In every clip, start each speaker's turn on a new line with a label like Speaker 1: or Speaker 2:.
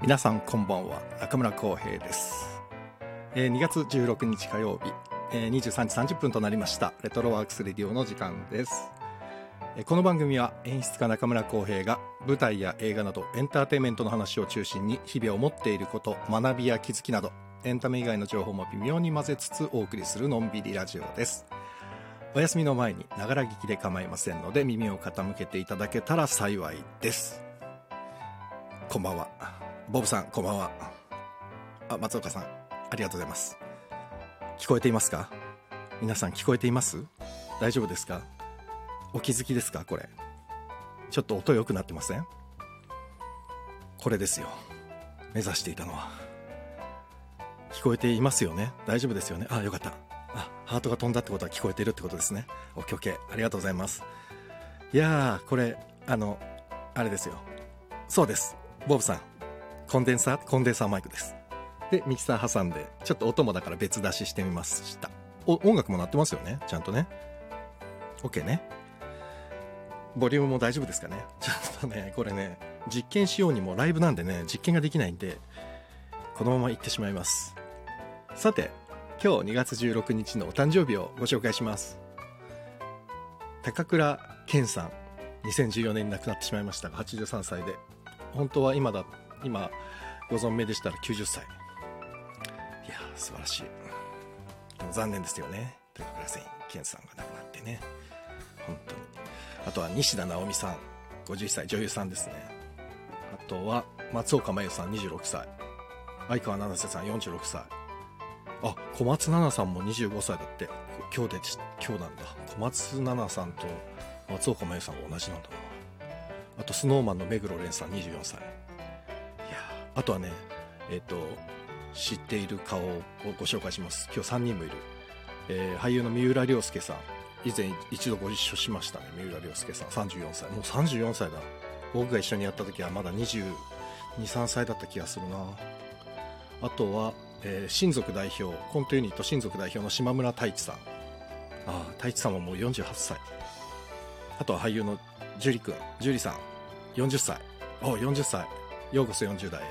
Speaker 1: 皆さんこんばんは中村浩平です、えー2月16日火曜日、えー23時30分となりましたレトロワークスレディオの時間です、えーこの番組は演出家中村浩平が舞台や映画などエンターテインメントの話を中心に日々思っていること学びや気づきなどエンタメ以外の情報も微妙に混ぜつつお送りするのんびりラジオですお休みの前にながら聞きで構いませんので耳を傾けていただけたら幸いですこんばんは。ボブさん、こんばんは。あ、松岡さん、ありがとうございます。聞こえていますか皆さん聞こえています大丈夫ですかお気づきですかこれ。ちょっと音良くなってませんこれですよ。目指していたのは。聞こえていますよね大丈夫ですよねあ、よかった。あ、ハートが飛んだってことは聞こえてるってことですね。オッケーオッケー。ありがとうございます。いやー、これ、あの、あれですよ。そうです。ボブさん。コンデンサー、コンデンサーマイクです。で、ミキサー挟んで、ちょっと音もだから別出ししてみました。お、音楽も鳴ってますよねちゃんとね。OK ね。ボリュームも大丈夫ですかねちょっとね、これね、実験しようにもライブなんでね、実験ができないんで、このまま行ってしまいます。さて、今日2月16日のお誕生日をご紹介します。高倉健さん。2014年に亡くなってしまいましたが、83歳で。本当は今だ今ご存命でしたら90歳いやー素晴らしいでも残念ですよね高倉健さんが亡くなってね本当にあとは西田直美さん51歳女優さんですねあとは松岡茉優さん26歳相川七瀬さん46歳あ小松菜奈さんも25歳だって今日でち今日なんだ小松菜奈さんと松岡茉優さんが同じなんだなあと SnowMan の目黒蓮さん24歳いやーあとはねえっ、と知っている顔をご紹介します今日3人もいる、えー俳優の三浦亮介さん以前一度ご一緒しましたね三浦亮介さん34歳もう34歳だ僕が一緒にやった時はまだ223歳だった気がするなあとは、えー親族代表コントユニット親族代表の島村太一さんああ太一さんはもう48歳あとは俳優のジュリ君、ジュリさん、40歳。おう40歳。ようこそ40代へ。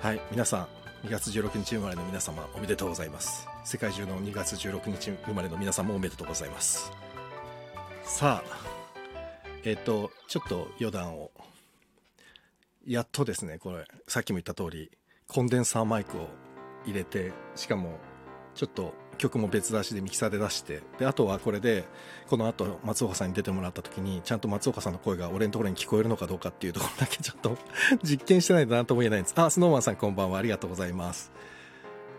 Speaker 1: はい、皆さん、2月16日生まれの皆様、おめでとうございます。世界中の2月16日生まれの皆さんもおめでとうございます。さあ、えっ、と、ちょっと余談を。やっとですね、これ、さっきも言った通り、コンデンサーマイクを入れて、しかも、ちょっと曲も別出しでミキサーで出して、で、あとはこれで、この後松岡さんに出てもらった時にちゃんと松岡さんの声が俺のところに聞こえるのかどうかっていうところだけ ちょっと実験してないと何とも言えないんですあスノーマンさんこんばんはありがとうございます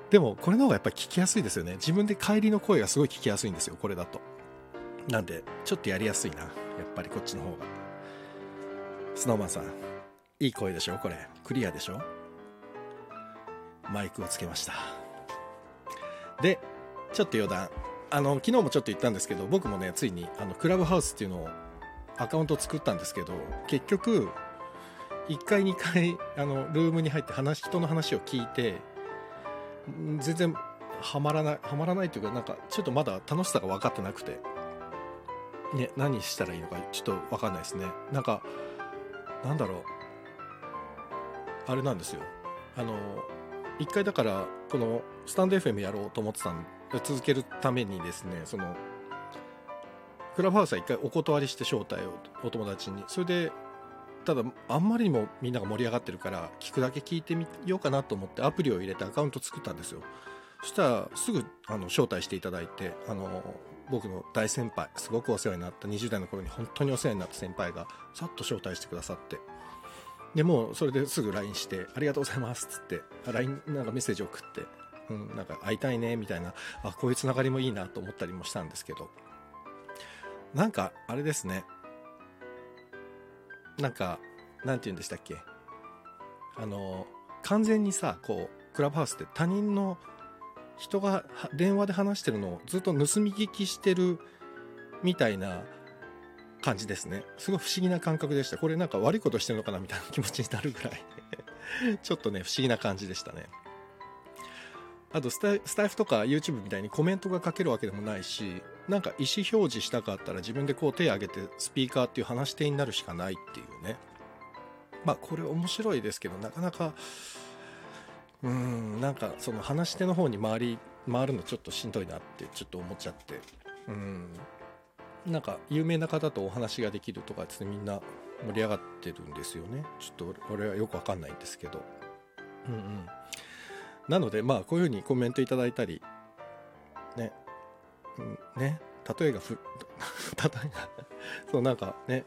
Speaker 1: でもこれの方がやっぱり聞きやすいですよね自分で帰りの声がすごい聞きやすいんですよこれだとなんでちょっとやりやすいなやっぱりこっちの方がスノーマンさんいい声でしょこれクリアでしょマイクをつけましたでちょっと余談あの昨日もちょっと言ったんですけど僕もねついにあのクラブハウスっていうのをアカウントを作ったんですけど結局1回2回あのルームに入って話人の話を聞いてん全然はまらないはまらないというかなんかちょっとまだ楽しさが分かってなくて、ね、何したらいいのかちょっと分かんないですねなんかなんだろうあれなんですよあの一回だからこのスタンド FM やろうと思ってたん続けるためにですねそのクラブハウスは一回お断りして招待をお友達にそれでただあんまりにもみんなが盛り上がってるから聞くだけ聞いてみようかなと思ってアプリを入れてアカウント作ったんですよそしたらすぐあの招待していただいてあの僕の大先輩すごくお世話になった20代の頃に本当にお世話になった先輩がさっと招待してくださってでもうそれですぐ LINE して「ありがとうございます」っつって LINE なんかメッセージ送って、うん、なんか会いたいねみたいなあこういうつながりもいいなと思ったりもしたんですけどなんかあれですねなんかなんて言うんでしたっけあの完全にさこうクラブハウスって他人の人がは電話で話してるのをずっと盗み聞きしてるみたいな感じですね。すごい不思議な感覚でした。これなんか悪いことしてるのかなみたいな 気持ちになるぐらい。ちょっとね、不思議な感じでしたね。あとスタイ、スタイフとか YouTube みたいにコメントが書けるわけでもないし、なんか意思表示したかったら自分でこう手を挙げてスピーカーっていう話し手になるしかないっていうね。まあこれ面白いですけどなかなかうんなんかその話し手の方に回り回るのちょっとしんどいなってちょっと思っちゃってうんなんか有名な方とお話ができるとかですねみんな盛り上がってるんですよねちょっと俺はよくわかんないんですけどうんうんなのでまあこういうふうにコメントいただいたりね、うん、ね例えがふ 例えがそうなんかね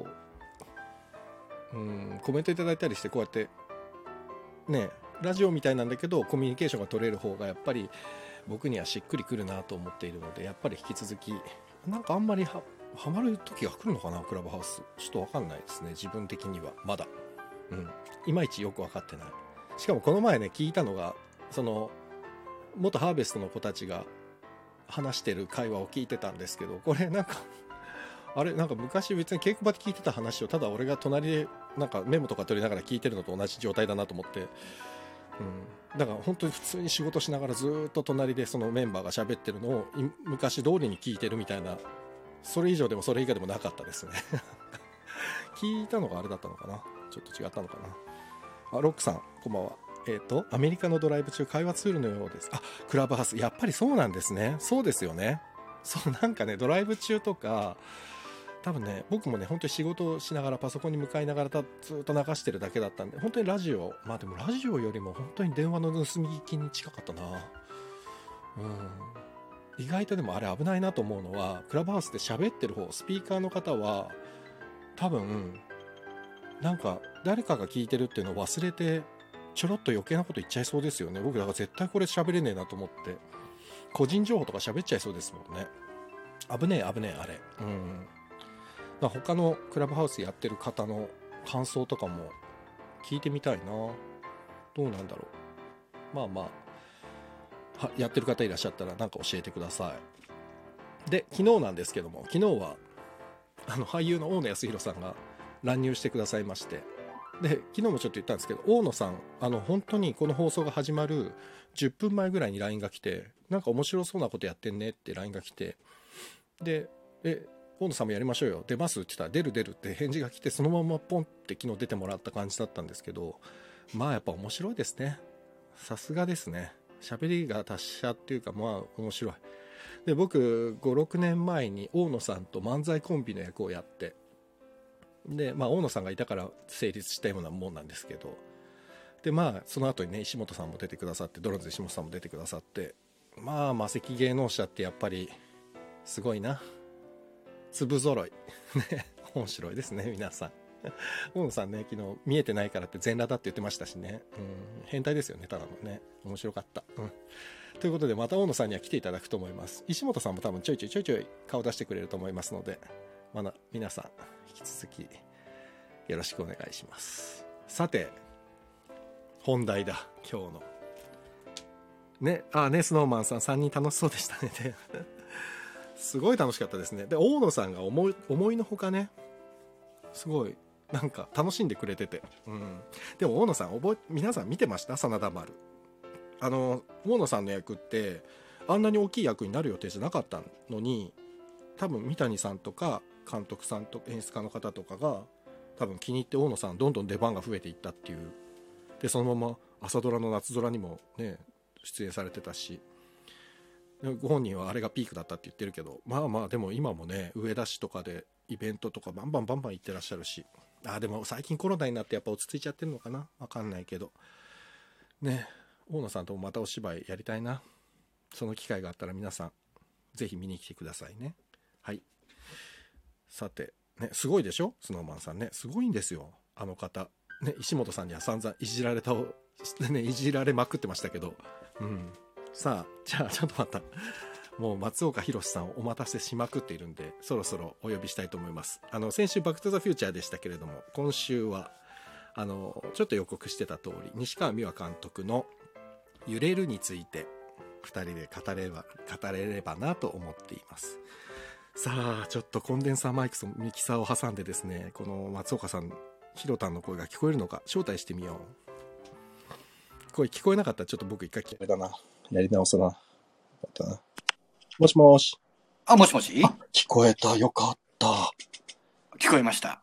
Speaker 1: そううんコメントいただいたりしてこうやってねラジオみたいなんだけどコミュニケーションが取れる方がやっぱり僕にはしっくりくるなと思っているのでやっぱり引き続きなんかあんまりはハマる時が来るのかなクラブハウスちょっとわかんないですね自分的にはまだうんいまいちよく分かってないしかもこの前ね聞いたのがその元ハーベストの子たちが話してる会話を聞いてたんですけどこれなんか あれなんか昔別に稽古場で聞いてた話をただ俺が隣でなんかメモとか取りながら聞いてるのと同じ状態だなと思って、うん、だから本当に普通に仕事しながらずーっと隣でそのメンバーが喋ってるのをい昔通りに聞いてるみたいなそれ以上でもそれ以下でもなかったですね 聞いたのがあれだったのかなちょっと違ったのかなあロックさんこんばんはえっ、とアメリカのドライブ中会話ツールのようですあクラブハウスやっぱりそうなんですねそうですよねそうなんかねドライブ中とか多分ね僕もね本当に仕事をしながらパソコンに向かいながらたずっと流してるだけだったんで本当にラジオまあでもラジオよりも本当に電話の盗み聞きに近かったなうん意外とでもあれ危ないなと思うのはクラブハウスで喋ってる方スピーカーの方は多分なんか誰かが聞いてるっていうのを忘れてちょろっと余計なこと言っちゃいそうですよね僕だから絶対これ喋れねえなと思って個人情報とか喋っちゃいそうですもんね危ねえ危ねえあれうんまあ他のクラブハウスやってる方の感想とかも聞いてみたいなどうなんだろうまあまあはやってる方いらっしゃったら何か教えてくださいで昨日なんですけども昨日はあの俳優の大野康弘さんが乱入してくださいましてで昨日もちょっと言ったんですけど大野さんあの本当にこの放送が始まる10分前ぐらいに LINE が来てなんか面白そうなことやってんねって LINE が来てで「え大野さんもやりましょうよ出ます?」って言ったら「出る出る」って返事が来てそのままポンって昨日出てもらった感じだったんですけどまあやっぱ面白いですねさすがですね喋りが達者っていうかまあ面白いで僕56年前に大野さんと漫才コンビの役をやってで、まあ、大野さんがいたから成立したようなもんなんですけど、で、まあ、その後にね、石本さんも出てくださって、ドロンズ石本さんも出てくださって、まあ、魔石芸能者ってやっぱり、すごいな。粒揃い。 ね、面白いですね、皆さん。 大野さんね、昨日、見えてないからって全裸だって言ってましたしね。うん、変態ですよね、ただのね。面白かった。うん。ということで、また大野さんには来ていただくと思います。石本さんも多分ちょいちょいちょいちょい顔出してくれると思いますので、まだ皆さん、引き続きよろしくお願いしますさて本題だ今日のねあねスノーマンさん3人楽しそうでしたねですごい楽しかったですねで大野さんが思い思いのほかねすごいなんか楽しんでくれてて、うん、でも大野さん覚え皆さん見てました真田丸あの大野さんの役ってあんなに大きい役になる予定じゃなかったのに多分三谷さんとか監督さんと演出家の方とかが多分気に入って大野さんどんどん出番が増えていったっていうでそのまま朝ドラの夏空にもね出演されてたしでご本人はあれがピークだったって言ってるけどまあまあでも今もね上田市とかでイベントとかバンバンバンバン行ってらっしゃるしあーでも最近コロナになってやっぱ落ち着いちゃってるのかなわかんないけどね大野さんともまたお芝居やりたいなその機会があったら皆さんぜひ見に来てくださいねはいさて、ね、すごいでしょスノーマンさんね。すごいんですよ。あの方。ね、石本さんには散々いじられたを、ね、いじられまくってましたけど。うん。さあ、じゃあ、 ちょっとまた、もう松岡弘さんをお待たせしまくっているんで、そろそろお呼びしたいと思います。あの、先週、バックトゥザフューチャーでしたけれども、今週は、あの、ちょっと予告してた通り、西川美和監督の、揺れるについて、二人で語れば、語れればなと思っています。さあちょっとコンデンサーマイクとミキサーを挟んでですねこの松岡さんひろたんの声が聞こえるのか招待してみよう声聞こえなかったらちょっと僕一回聞こえだなやり直すなだったなもしもし
Speaker 2: あ、もしもし
Speaker 1: 聞こえたよかった
Speaker 2: 聞こえました。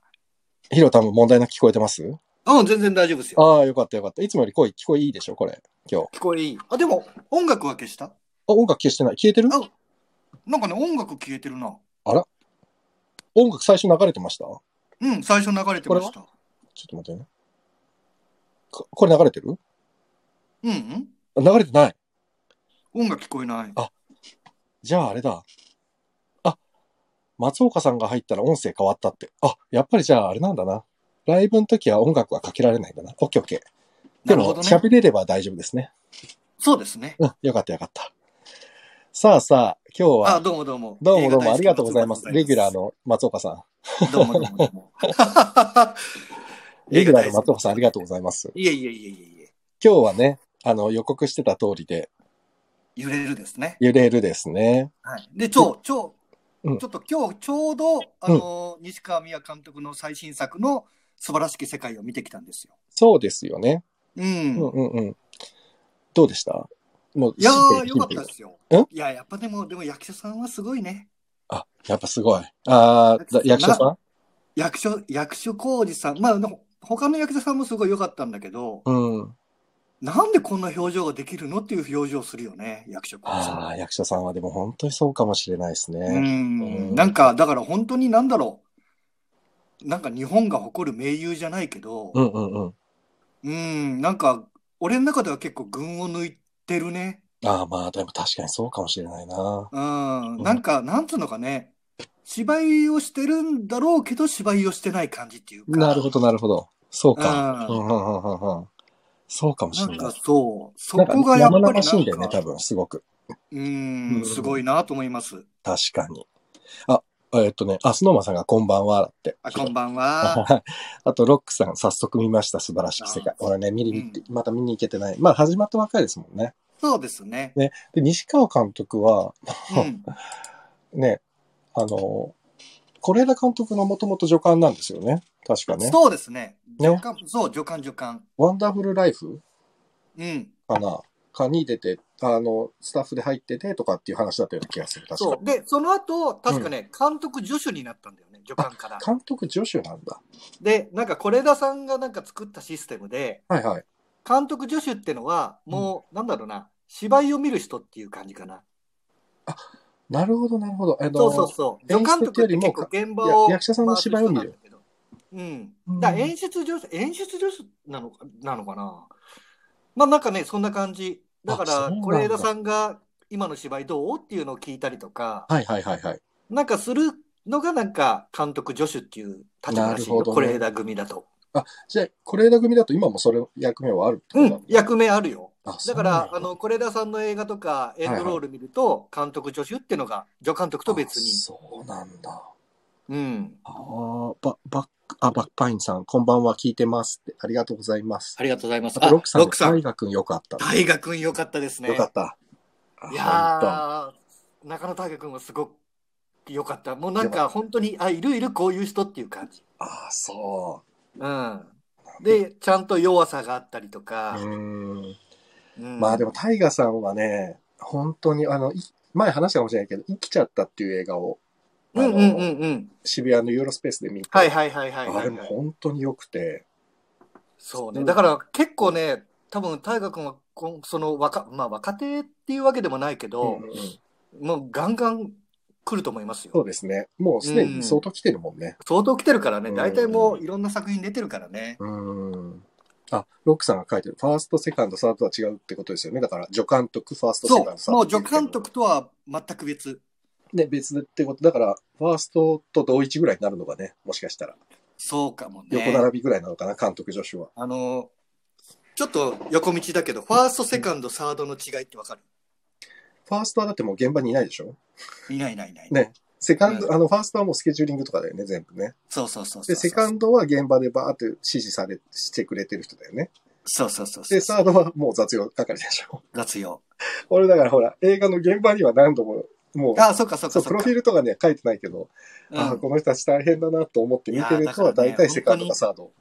Speaker 1: ヒロタも問題なく聞こえてます
Speaker 2: うん、全然大丈夫ですよ。
Speaker 1: ああ、よかったよかった。いつもより声聞こえいいでしょ、これ。今日。
Speaker 2: 聞こえいい。あ、でも、音楽は消した
Speaker 1: あ、音楽消してない。消えてる
Speaker 2: あなんかね、音楽消えてるな。
Speaker 1: 音楽最初流れてましたちょ
Speaker 2: うん、最初流れてました。
Speaker 1: っと待ってね。ここれ流れてる
Speaker 2: うん、うん、
Speaker 1: あ流れてない。
Speaker 2: 音楽聞こえない。
Speaker 1: じゃああれだ。あ、松岡さんが入ったら音声変わったって。あ、やっぱりじゃああれなんだな。ライブの時は音楽はかけられないんだな。オッケーオッケー。で
Speaker 2: なるほ
Speaker 1: も、
Speaker 2: ど
Speaker 1: 喋、
Speaker 2: ね。
Speaker 1: れれば大丈夫ですね。
Speaker 2: そうですね。
Speaker 1: うん、よかったよかった。さあさあ、今日
Speaker 2: あ、
Speaker 1: は、
Speaker 2: どうもどうも。
Speaker 1: どうもどうもありがとうございます。
Speaker 2: 映画大
Speaker 1: レ
Speaker 2: 好
Speaker 1: ギ
Speaker 2: き
Speaker 1: ュラー。 の松岡さん。
Speaker 2: どうもどうもどうも。
Speaker 1: レギュラーの松岡さんあ
Speaker 2: 映
Speaker 1: り
Speaker 2: 画大好き
Speaker 1: がとうございます。
Speaker 2: いえいえいえいえいえ。
Speaker 1: 今日はね、あの、予告してた通りで、
Speaker 2: 揺れるですね。
Speaker 1: 揺れるですね。
Speaker 2: はい。で、ちょ、ちょ、
Speaker 1: うん
Speaker 2: ちょっと今日ちょうど、あの、西川美也監督の最新作の素晴らしき世界を見てきたんですよ。
Speaker 1: そうですよね。
Speaker 2: う。
Speaker 1: うんんうんうん。どうでしたもう、
Speaker 2: いや
Speaker 1: 知
Speaker 2: ー、
Speaker 1: てる
Speaker 2: よかったですよ
Speaker 1: ん。
Speaker 2: いや、やっぱでも、でも役者さんはすごいね。
Speaker 1: あ、やっぱすごい。あーだ役所さん
Speaker 2: 役所、役所広司さん、まあ、でも他の役者さんもすごい良かったんだけど、
Speaker 1: うん。
Speaker 2: なんでこんな表情ができるのっていう表情するよね、役所広司さん。
Speaker 1: ああ、役者さんはでも本当にそうかもしれないです
Speaker 2: う
Speaker 1: ね。うん
Speaker 2: ん、なんかだから本当になんだろうなんか日本が誇る名優じゃないけど
Speaker 1: う、んうんうん。
Speaker 2: うん、なんか俺の中では結構群を抜いてるね、
Speaker 1: ああ、まあ、でも確かにそうかもしれないな。
Speaker 2: うん
Speaker 1: う、ん
Speaker 2: なんかなんつうのかね芝居をしてるんだろうけど芝居をしてない感じっていうか、
Speaker 1: なるほど、なるほど。そうか。う
Speaker 2: う
Speaker 1: んうん
Speaker 2: ん
Speaker 1: うんうんうん。そうかもし
Speaker 2: なん
Speaker 1: れな
Speaker 2: か
Speaker 1: い。
Speaker 2: そうそ
Speaker 1: なん
Speaker 2: こがやっぱ
Speaker 1: 生
Speaker 2: りなん
Speaker 1: 々しいんだよね、
Speaker 2: か
Speaker 1: 多分、すごく。
Speaker 2: うん
Speaker 1: うん
Speaker 2: すごいなと思います。
Speaker 1: 確かに。あ、えっとね、あ、スノーマンさんがこんばんはって。
Speaker 2: あ、こんばんは。
Speaker 1: あと、ロックさん、早速見ました。素晴らしき世界。俺ね、見に行って、まだ見に行けてない。まあ、始まったばっかりですもんね。
Speaker 2: そうですね。
Speaker 1: で、西川監督は、
Speaker 2: うん、
Speaker 1: ね、あの、是枝監督のもともと助監なんですよね。確かね。
Speaker 2: そうですね。
Speaker 1: ね
Speaker 2: 助監そう、助監、助監。
Speaker 1: ワンダフルライフ
Speaker 2: うん。
Speaker 1: かなかに出て、あの、スタッフで入っててとかっていう話だったような気がする。確
Speaker 2: そ
Speaker 1: か
Speaker 2: う。で、その後、確かね、監督助手になったんだよね、助監から。
Speaker 1: 監督助手なんだ。
Speaker 2: で、なんか、是枝さんがなんか作ったシステムで、
Speaker 1: はいはい。
Speaker 2: 監督助手ってのは、もう、なんだろうな、芝居を見る人っていう感じかな。
Speaker 1: なるほど、なるほど。あの
Speaker 2: そうそうそう。助
Speaker 1: 演出
Speaker 2: 監
Speaker 1: ってよ
Speaker 2: 督っ
Speaker 1: り
Speaker 2: て
Speaker 1: も
Speaker 2: 結構現場を。
Speaker 1: や役者さんの芝居を見る
Speaker 2: 回す人なんだけど。うん。
Speaker 1: うん
Speaker 2: だから演出助手、演出助手なのかなのかなまあ、なんかね、そんな感じ。だか
Speaker 1: あそう
Speaker 2: ら
Speaker 1: なん、だ
Speaker 2: 是枝さんが今の芝居どうっていうのを聞いたりとか、
Speaker 1: はいはいはいはい。
Speaker 2: なんかするのがなんか監督助手っていう立場
Speaker 1: な
Speaker 2: らしい
Speaker 1: るほ
Speaker 2: よ、
Speaker 1: どね
Speaker 2: 是枝組だと。
Speaker 1: じゃあ、是枝組だと今もそれ役目はあるってこ
Speaker 2: う
Speaker 1: とだ
Speaker 2: ん、役目あるよ。
Speaker 1: あそ
Speaker 2: だ
Speaker 1: う
Speaker 2: か
Speaker 1: なん
Speaker 2: ら、あの、是枝さんの映画とかエンドロール見ると、監督助手っていうのが、助監督と別に
Speaker 1: あ。そうなんだ。
Speaker 2: うん。
Speaker 1: ああ、ば、ばっ、あ、バックパインさん、こんばんは、聞いてますって。ありがとうございます。
Speaker 2: ありがとうございます。
Speaker 1: あと、ロックさん、
Speaker 2: ロックさ
Speaker 1: 大
Speaker 2: ん。
Speaker 1: 河君よかった。
Speaker 2: 大河君よかったですね。
Speaker 1: よかった。
Speaker 2: いやー、中野大河君はすごくよかった。もうなんか本当に、あ、いるいるこういう人っていう感じ。
Speaker 1: あー、そ
Speaker 2: うん。で、ちゃんと弱さがあったりと
Speaker 1: う。
Speaker 2: か
Speaker 1: う。ーん。
Speaker 2: うん
Speaker 1: まあでも、タイガさんはね、本当に、あの、い前話したかもしれないけど、生きちゃったっていう映画を、あの
Speaker 2: うんうんうんうん。
Speaker 1: 渋谷のユーロスペースで見て、
Speaker 2: はいはいはいはいはいはい。
Speaker 1: あれも本当に良くて、
Speaker 2: そうね。だから結構ね、多分大河君はこんその若、まあ、若手っていうわけでもないけど
Speaker 1: うん、うんうん
Speaker 2: もうガンガン来ると思います
Speaker 1: そ
Speaker 2: よ。
Speaker 1: うですね。もうすでに相当来てるもんね。
Speaker 2: 相当来てるからね、
Speaker 1: うん
Speaker 2: 大体もういろんな作品出てるからね。
Speaker 1: うん。あ、ロックさんが書いてる。ファースト、セカンド、サードとは違うってことですよね。だから、助監督、ファースト、セカン
Speaker 2: そ
Speaker 1: ド、サ
Speaker 2: う、
Speaker 1: ー
Speaker 2: も
Speaker 1: ド
Speaker 2: う
Speaker 1: って言っ
Speaker 2: 助
Speaker 1: てる。
Speaker 2: 監督とは全く別。
Speaker 1: ね、別でってこと。だから、ファーストと同一ぐらいになるのがね、もしかしたら。
Speaker 2: そうかもね。
Speaker 1: 横並びぐらいなのかな、監督助手は。
Speaker 2: あの、ちょっと横道だけど、ファースト、セカンド、サードの違いってわかる
Speaker 1: ファーストはだってもう現場にいないでしょ
Speaker 2: いないいないいない。
Speaker 1: ね。セカンド、
Speaker 2: うん
Speaker 1: あの、ファーストはもうスケジューリングとかだよね、全部ね。
Speaker 2: そうそうそうそ
Speaker 1: で、
Speaker 2: う。
Speaker 1: セカンドは現場でバーって指示され、してくれてる人だよね。
Speaker 2: そうそうそうそう。
Speaker 1: で、サードはもう雑用係でしょ。
Speaker 2: 雑用。
Speaker 1: 俺だからほら、映画の現場には何度も、もう、
Speaker 2: あ、そうかそう
Speaker 1: そ
Speaker 2: か
Speaker 1: う、プ
Speaker 2: そう
Speaker 1: ロ
Speaker 2: か
Speaker 1: フィ。ールとかには書いてないけど、あ
Speaker 2: う
Speaker 1: あ、
Speaker 2: ん
Speaker 1: この人たち大変だなと思って見てる人はい
Speaker 2: やーだから
Speaker 1: 大
Speaker 2: ね
Speaker 1: 体セカンドかサード。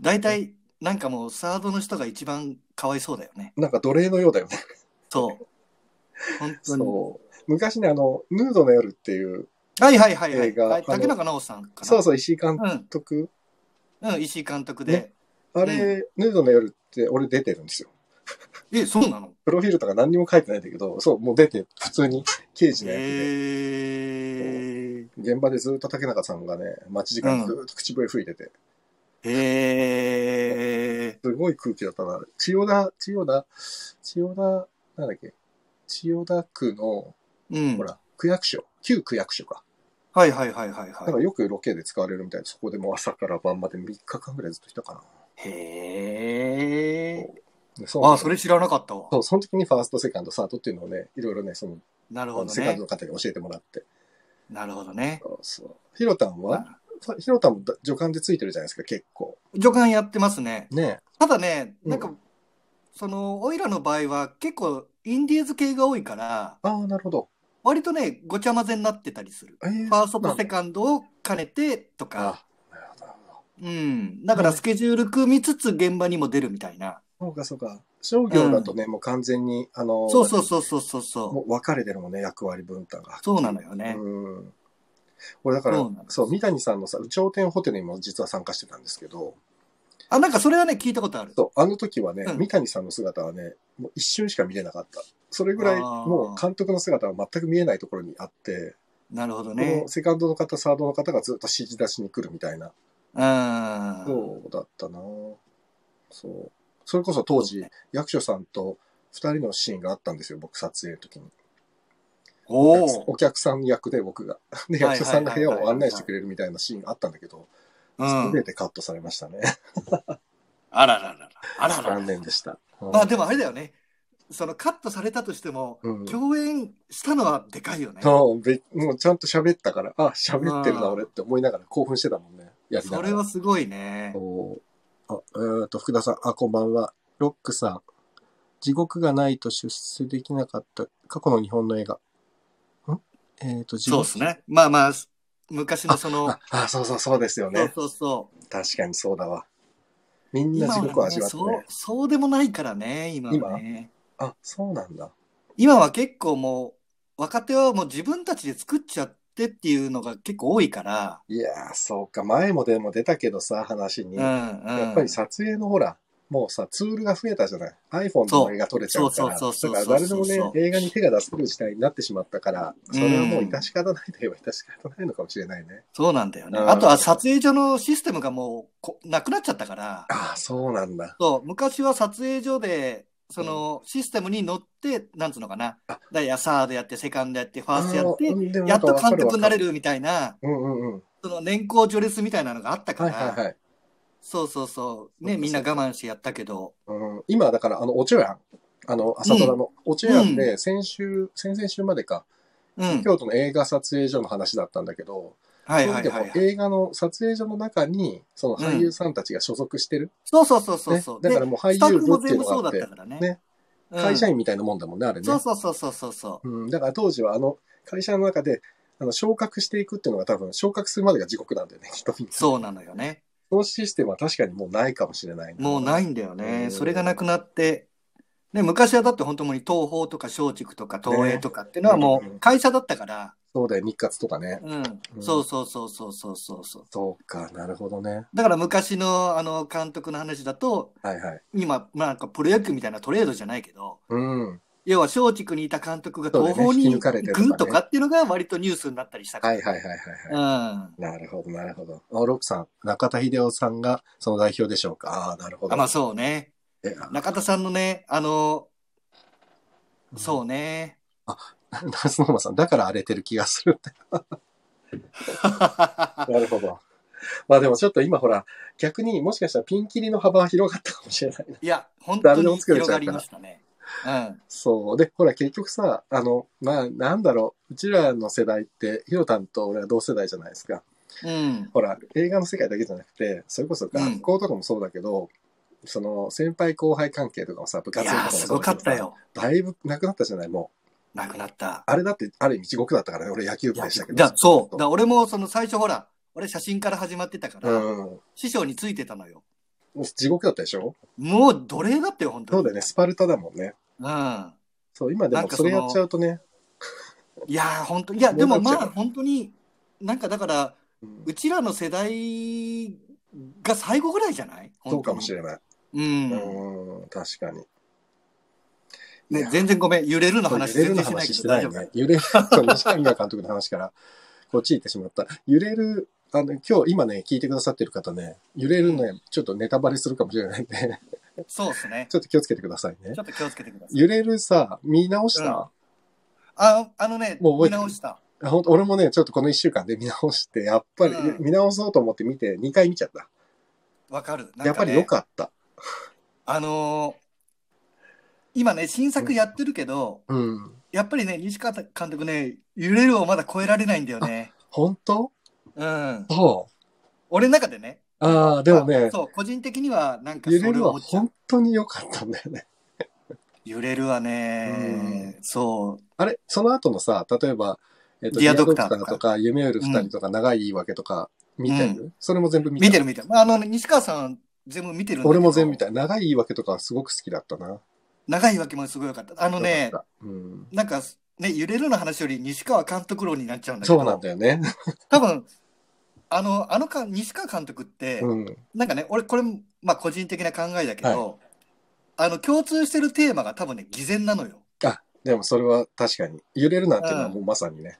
Speaker 2: 大体なんかもうサードの人が一番かわいそうだよね。
Speaker 1: なんか奴隷のようだよね。
Speaker 2: そう。本当に。
Speaker 1: そう。昔ね、あの、ヌードの夜っていう、
Speaker 2: はいはいはいは
Speaker 1: 映
Speaker 2: い。
Speaker 1: 画あ
Speaker 2: はい
Speaker 1: の
Speaker 2: 竹中直人さんかな。
Speaker 1: そうそう、石井監
Speaker 2: うん。
Speaker 1: 督
Speaker 2: うん、石井監督で。
Speaker 1: あれ、ヌードの夜って俺出てるんですよ。
Speaker 2: え、そうなの
Speaker 1: プロフィールとか何にも書いてないんだけど、そう、もう出て、普通に刑事の役で、
Speaker 2: へえ。
Speaker 1: 現場でずっと竹中さんがね、待ち時間ずっと口笛吹いてて、
Speaker 2: へえ。
Speaker 1: すごい空気だったな。千代田、千代田、千代田、なんだっけ、千代田区の、
Speaker 2: うん。
Speaker 1: ほ。ら、区役所、旧区役所か。
Speaker 2: はいはいはいはい
Speaker 1: だか
Speaker 2: は
Speaker 1: らよくロケで使われるみたいで、そこでもう朝から晩まで3日間ぐらいずっといたか
Speaker 2: い。へえ。
Speaker 1: な。そう
Speaker 2: あ、それ知らなかったわ。
Speaker 1: そう、その時にファースト、セカンド、サードっていうのをね、いろいろね、その、
Speaker 2: なる
Speaker 1: あ
Speaker 2: ほ
Speaker 1: の
Speaker 2: ど
Speaker 1: セカン
Speaker 2: ね
Speaker 1: ド。の方に教えてもらって。
Speaker 2: なるほどね。
Speaker 1: そうそう。ヒロタンはさヒロタンもだ助監でついてるじゃないですか、結構。
Speaker 2: 助監やってますね。
Speaker 1: ね
Speaker 2: ただね、なん
Speaker 1: う
Speaker 2: か、その、オイラの場合は結構インディーズ系が多いから、
Speaker 1: ああ、なるほど。
Speaker 2: 割とね、ごちゃ混ぜになってたりする。
Speaker 1: えー
Speaker 2: ファーストとセカンドを兼ねてとか、
Speaker 1: あなるほどなるほ
Speaker 2: うん。だからスケジュール組みつつ現場にも出るみたいな。
Speaker 1: ど。そうか、そうか。商業だとね、もう完全に、あの、
Speaker 2: そうそうそうそうそ
Speaker 1: も
Speaker 2: うそう
Speaker 1: 分かれてるもんね、役割分担が
Speaker 2: う。。そうなのよね。
Speaker 1: うん。俺だから、
Speaker 2: そ
Speaker 1: そうう
Speaker 2: なんです
Speaker 1: 三谷さんのさ、頂点ホテルにも実は参加してたんですけど、
Speaker 2: あ、なんかそれはね、聞いたことある。
Speaker 1: そうあの時はね、
Speaker 2: うん
Speaker 1: 三谷さんの姿はね、もう一瞬しか見れなかった。それぐらい、
Speaker 2: あー
Speaker 1: もう監督の姿は全く見えないところにあって、
Speaker 2: なるほど
Speaker 1: こ
Speaker 2: ね
Speaker 1: の。セカンドの方、サードの方がずっと指示出しに来るみたいな。
Speaker 2: うん。
Speaker 1: そうだったなそう。それこそ当時、役所さんと二人のシーンがあったんですよ、僕撮影の時に。
Speaker 2: おお。
Speaker 1: お客さん役で僕が。で、
Speaker 2: はいはいはいはい
Speaker 1: 役所さんが部屋を案内してくれるみたいなシーンがあったんだけど、
Speaker 2: うん
Speaker 1: すべ。てカットされましたね。
Speaker 2: あらららら。あらら
Speaker 1: 残
Speaker 2: ら。
Speaker 1: 念でした。うん
Speaker 2: まあでもあれだよね。そのカットされたとしても、
Speaker 1: うん
Speaker 2: 共演したのはでかいよね。
Speaker 1: そうべもうちゃんと喋ったから、あ、喋ってる
Speaker 2: う
Speaker 1: なん俺って思いながら興奮してたもんね。やりな
Speaker 2: そ
Speaker 1: がら。
Speaker 2: れはすごいね。
Speaker 1: そうあ、えー、と、福田さん、あ、こんばんは。ロックさん、地獄がないと出世できなかった過去の日本の映画。んえっ、と、地
Speaker 2: そう
Speaker 1: 獄。
Speaker 2: ですね。まあまあ、昔のその
Speaker 1: あ、、あそうそう、そうですよ
Speaker 2: そう
Speaker 1: ね。
Speaker 2: そうそう。
Speaker 1: 確かにそうだわ。みんな
Speaker 2: 今
Speaker 1: 地獄を
Speaker 2: は
Speaker 1: 味
Speaker 2: ね、
Speaker 1: わって
Speaker 2: そう
Speaker 1: ね。、
Speaker 2: そうでもないからね、今はね。
Speaker 1: あ、そうなんだ。
Speaker 2: 今は結構もう、若手はもう自分たちで作っちゃってっていうのが結構多いから、
Speaker 1: いやー、そうか。前もでも出たけどさ、話に。
Speaker 2: うん
Speaker 1: や
Speaker 2: うん。
Speaker 1: っぱり撮影のほら、もうさ、ツールが増えたじゃない。iPhone でも映画撮れちゃうから。だ
Speaker 2: そうそうそうそう
Speaker 1: から誰でも
Speaker 2: そうそう
Speaker 1: ね
Speaker 2: そ、う
Speaker 1: 映画に手が出せる時代になってしまったから、それはもう致し方ないといえば致し方ないのかもしれないね。
Speaker 2: そうなんだよね。
Speaker 1: うん
Speaker 2: あとは撮影所のシステムがもうこなくなっちゃったから、
Speaker 1: ああ、そうなんだ。
Speaker 2: そう、昔は撮影所で、そのシステムに乗って、なんつうのかな。だからいやサードやって、セカンドやって、ファーストやっ
Speaker 1: あ
Speaker 2: て
Speaker 1: ー、、うんでも
Speaker 2: や
Speaker 1: な
Speaker 2: っ
Speaker 1: んか
Speaker 2: と
Speaker 1: わか
Speaker 2: 監
Speaker 1: る
Speaker 2: 督になれ。るみたいな、
Speaker 1: うんうんうん。
Speaker 2: その年功序列みたいなのがあったか
Speaker 1: はい
Speaker 2: ら、
Speaker 1: はいはい。
Speaker 2: そうそうそ
Speaker 1: そう
Speaker 2: う。ね、
Speaker 1: か
Speaker 2: みんな我慢してやったけど。
Speaker 1: うん、今、だから、あの、おちょやん。あの、朝ドラの、おちょやんで、先週、先々週までか、
Speaker 2: うん。
Speaker 1: 京都の映画撮影所の話だったんだけど、
Speaker 2: はいはい
Speaker 1: で
Speaker 2: は
Speaker 1: も
Speaker 2: いはい。
Speaker 1: 映画の撮影所の中に、その俳優さんたちが所属してる。
Speaker 2: そうそうそうそう
Speaker 1: ね
Speaker 2: そう。、
Speaker 1: だから
Speaker 2: で、
Speaker 1: もう俳
Speaker 2: スタッ
Speaker 1: 優
Speaker 2: フ
Speaker 1: 部
Speaker 2: も
Speaker 1: ってい
Speaker 2: 全
Speaker 1: う
Speaker 2: 部
Speaker 1: の
Speaker 2: そう
Speaker 1: があ
Speaker 2: だ
Speaker 1: っ
Speaker 2: ってた、からね。
Speaker 1: ね
Speaker 2: うん
Speaker 1: 会社員みたいなもんだもんね、あれね。
Speaker 2: そうそうそうそうそうそう。
Speaker 1: うん、だから当時は、あの、会社の中で、あの、昇格していくっていうのが多分、昇格するまでが地獄なんだよね、 きっと。
Speaker 2: そうなのよね。
Speaker 1: そのシステムは確かにもうないかもしれない
Speaker 2: もうないんだよ
Speaker 1: う
Speaker 2: ね。
Speaker 1: ん
Speaker 2: それがなくなって。ね、昔はだって本当に東宝とか松竹とか東映とかっていうのはも
Speaker 1: うん
Speaker 2: う会社だったから。
Speaker 1: そうだよ、日活とかね。
Speaker 2: うん
Speaker 1: う。ん
Speaker 2: そうそうそうそうそうそうそう。
Speaker 1: そうか、なるほどね。
Speaker 2: だから昔のあの監督の話だと、
Speaker 1: はいはい。
Speaker 2: 今、まあなんかプロ野球みたいなトレードじゃないけど、
Speaker 1: うん。
Speaker 2: 要は松竹にいた監督が
Speaker 1: そうだ
Speaker 2: 東
Speaker 1: よね
Speaker 2: 宝に
Speaker 1: 引き抜かれて
Speaker 2: 行
Speaker 1: とかね
Speaker 2: くとかっていうのが割とニュースになったりしたか
Speaker 1: はいはいはい
Speaker 2: ら。
Speaker 1: はい。
Speaker 2: う
Speaker 1: はい
Speaker 2: ん。
Speaker 1: なるほど、なるほど。あ、ロックさん、中田秀夫さんがその代表でしょうか。あーなるほど。
Speaker 2: あまあそうね。
Speaker 1: えあ
Speaker 2: 中田さんのね、あの、そう
Speaker 1: う。
Speaker 2: ね。
Speaker 1: ナスノーマさん、だから荒れてる気がするんだよ。なるほど。まあでもちょっと今ほら、逆にもしかしたらピンキリの幅は広がったかもしれないな。
Speaker 2: いや、本当に広がりましたね。
Speaker 1: そう。で、ほら結局さ、あの、まあなんだろう、うちらの世代って、ヒロタンと俺は同世代じゃないですか。
Speaker 2: うん。うん。
Speaker 1: ほら、映画の世界だけじゃなくて、それこそ学校とかもそうだけど、その先輩後輩関係とかもさ、部
Speaker 2: い
Speaker 1: 活とか
Speaker 2: やー、
Speaker 1: も
Speaker 2: す
Speaker 1: そう
Speaker 2: ご
Speaker 1: だ
Speaker 2: か
Speaker 1: け
Speaker 2: っ
Speaker 1: ど
Speaker 2: た。よ。
Speaker 1: だいぶなくなったじゃない、もう。
Speaker 2: なくなった。
Speaker 1: あれだって、ある意味地獄だったからね、俺野球部でしたけど。
Speaker 2: だそう。だ俺もその最初ほら、俺写真から始まってたから、
Speaker 1: うん。
Speaker 2: 師匠についてたのよ。
Speaker 1: 地獄だったでしょ
Speaker 2: もう奴隷だったよ、本当
Speaker 1: そう
Speaker 2: に。
Speaker 1: だよね、スパルタだもんね。
Speaker 2: うん。
Speaker 1: そう、今で
Speaker 2: な
Speaker 1: も
Speaker 2: んか
Speaker 1: そ
Speaker 2: その
Speaker 1: れやっちゃうとね。
Speaker 2: いやー、本当に。いや、でも
Speaker 1: 戻っ
Speaker 2: ま
Speaker 1: ちゃう
Speaker 2: あ、本当に、なんかだから、
Speaker 1: うん
Speaker 2: うちらの世代が最後ぐらいじゃない
Speaker 1: そうかもしれない。
Speaker 2: れ
Speaker 1: う
Speaker 2: ない。うん。
Speaker 1: ーん、確かに。
Speaker 2: ね、全然ごめん、揺れるの
Speaker 1: そう揺
Speaker 2: 話
Speaker 1: れる
Speaker 2: 全
Speaker 1: の
Speaker 2: 然しない
Speaker 1: 話
Speaker 2: け
Speaker 1: し
Speaker 2: ど
Speaker 1: てな
Speaker 2: 大
Speaker 1: い
Speaker 2: 丈
Speaker 1: よ
Speaker 2: 夫。
Speaker 1: ね。揺れる、そう西上川監督の話から、こっち行ってしまった。揺れる、あの、今日、今ね、聞いてくださってる方ね、揺れるのね、ちょっとネタバレするかもしれないんで、
Speaker 2: そうですね。
Speaker 1: ちょっと気をつけてくださいね
Speaker 2: ちょ。っと気をつけてください。
Speaker 1: 揺れるさ、見直した、
Speaker 2: ああのね、
Speaker 1: もう覚えて
Speaker 2: 見
Speaker 1: る
Speaker 2: 直した。
Speaker 1: あほんと俺もね、ちょっとこの一週間で見直して、やっぱり、
Speaker 2: うん
Speaker 1: 見直そうと思って見て、2回見ちゃった。
Speaker 2: わかる。なんかね
Speaker 1: やっぱり良かった。
Speaker 2: あのー今ね、新作やってるけど、
Speaker 1: うん。
Speaker 2: やっぱりね、西川監督ね、揺れるをまだ超えられないんだよね。
Speaker 1: 本当
Speaker 2: うん。
Speaker 1: そう。
Speaker 2: 俺の中でね。
Speaker 1: ああ、でもね
Speaker 2: あ、そう、個人的にはなんか
Speaker 1: 揺
Speaker 2: そ
Speaker 1: れ
Speaker 2: れ
Speaker 1: る
Speaker 2: を
Speaker 1: は
Speaker 2: 思っちゃう
Speaker 1: 本当に良かったんだよね。
Speaker 2: 揺れるはね、そ
Speaker 1: あれその後のさ、例えば、えっと、
Speaker 2: ディアドクター
Speaker 1: ディアとか、夢よる二人とか、長い言い訳とか、見てる、それも全部
Speaker 2: う、
Speaker 1: 見た
Speaker 2: 見てる見てる。まああの、西川さん全部見てるんだけど
Speaker 1: 俺も全部見た。長い言い訳とかはすごく好きだったな。
Speaker 2: 長いわけもすごいよかった。あの
Speaker 1: よ
Speaker 2: ね、
Speaker 1: かったうん、
Speaker 2: なんか、ね、揺れるの話より西川監督論になっちゃうんだけど、
Speaker 1: そうなんだよね。
Speaker 2: 多分、あの、あのか、西川監督って、
Speaker 1: うん。
Speaker 2: なんかね、俺、これ、まあ、個人的な考えだけど、あの、共通してるテーマが多分ね、偽善なのよ。
Speaker 1: あ、でもそれは確かに。揺れるなんていうのはもうまさにね。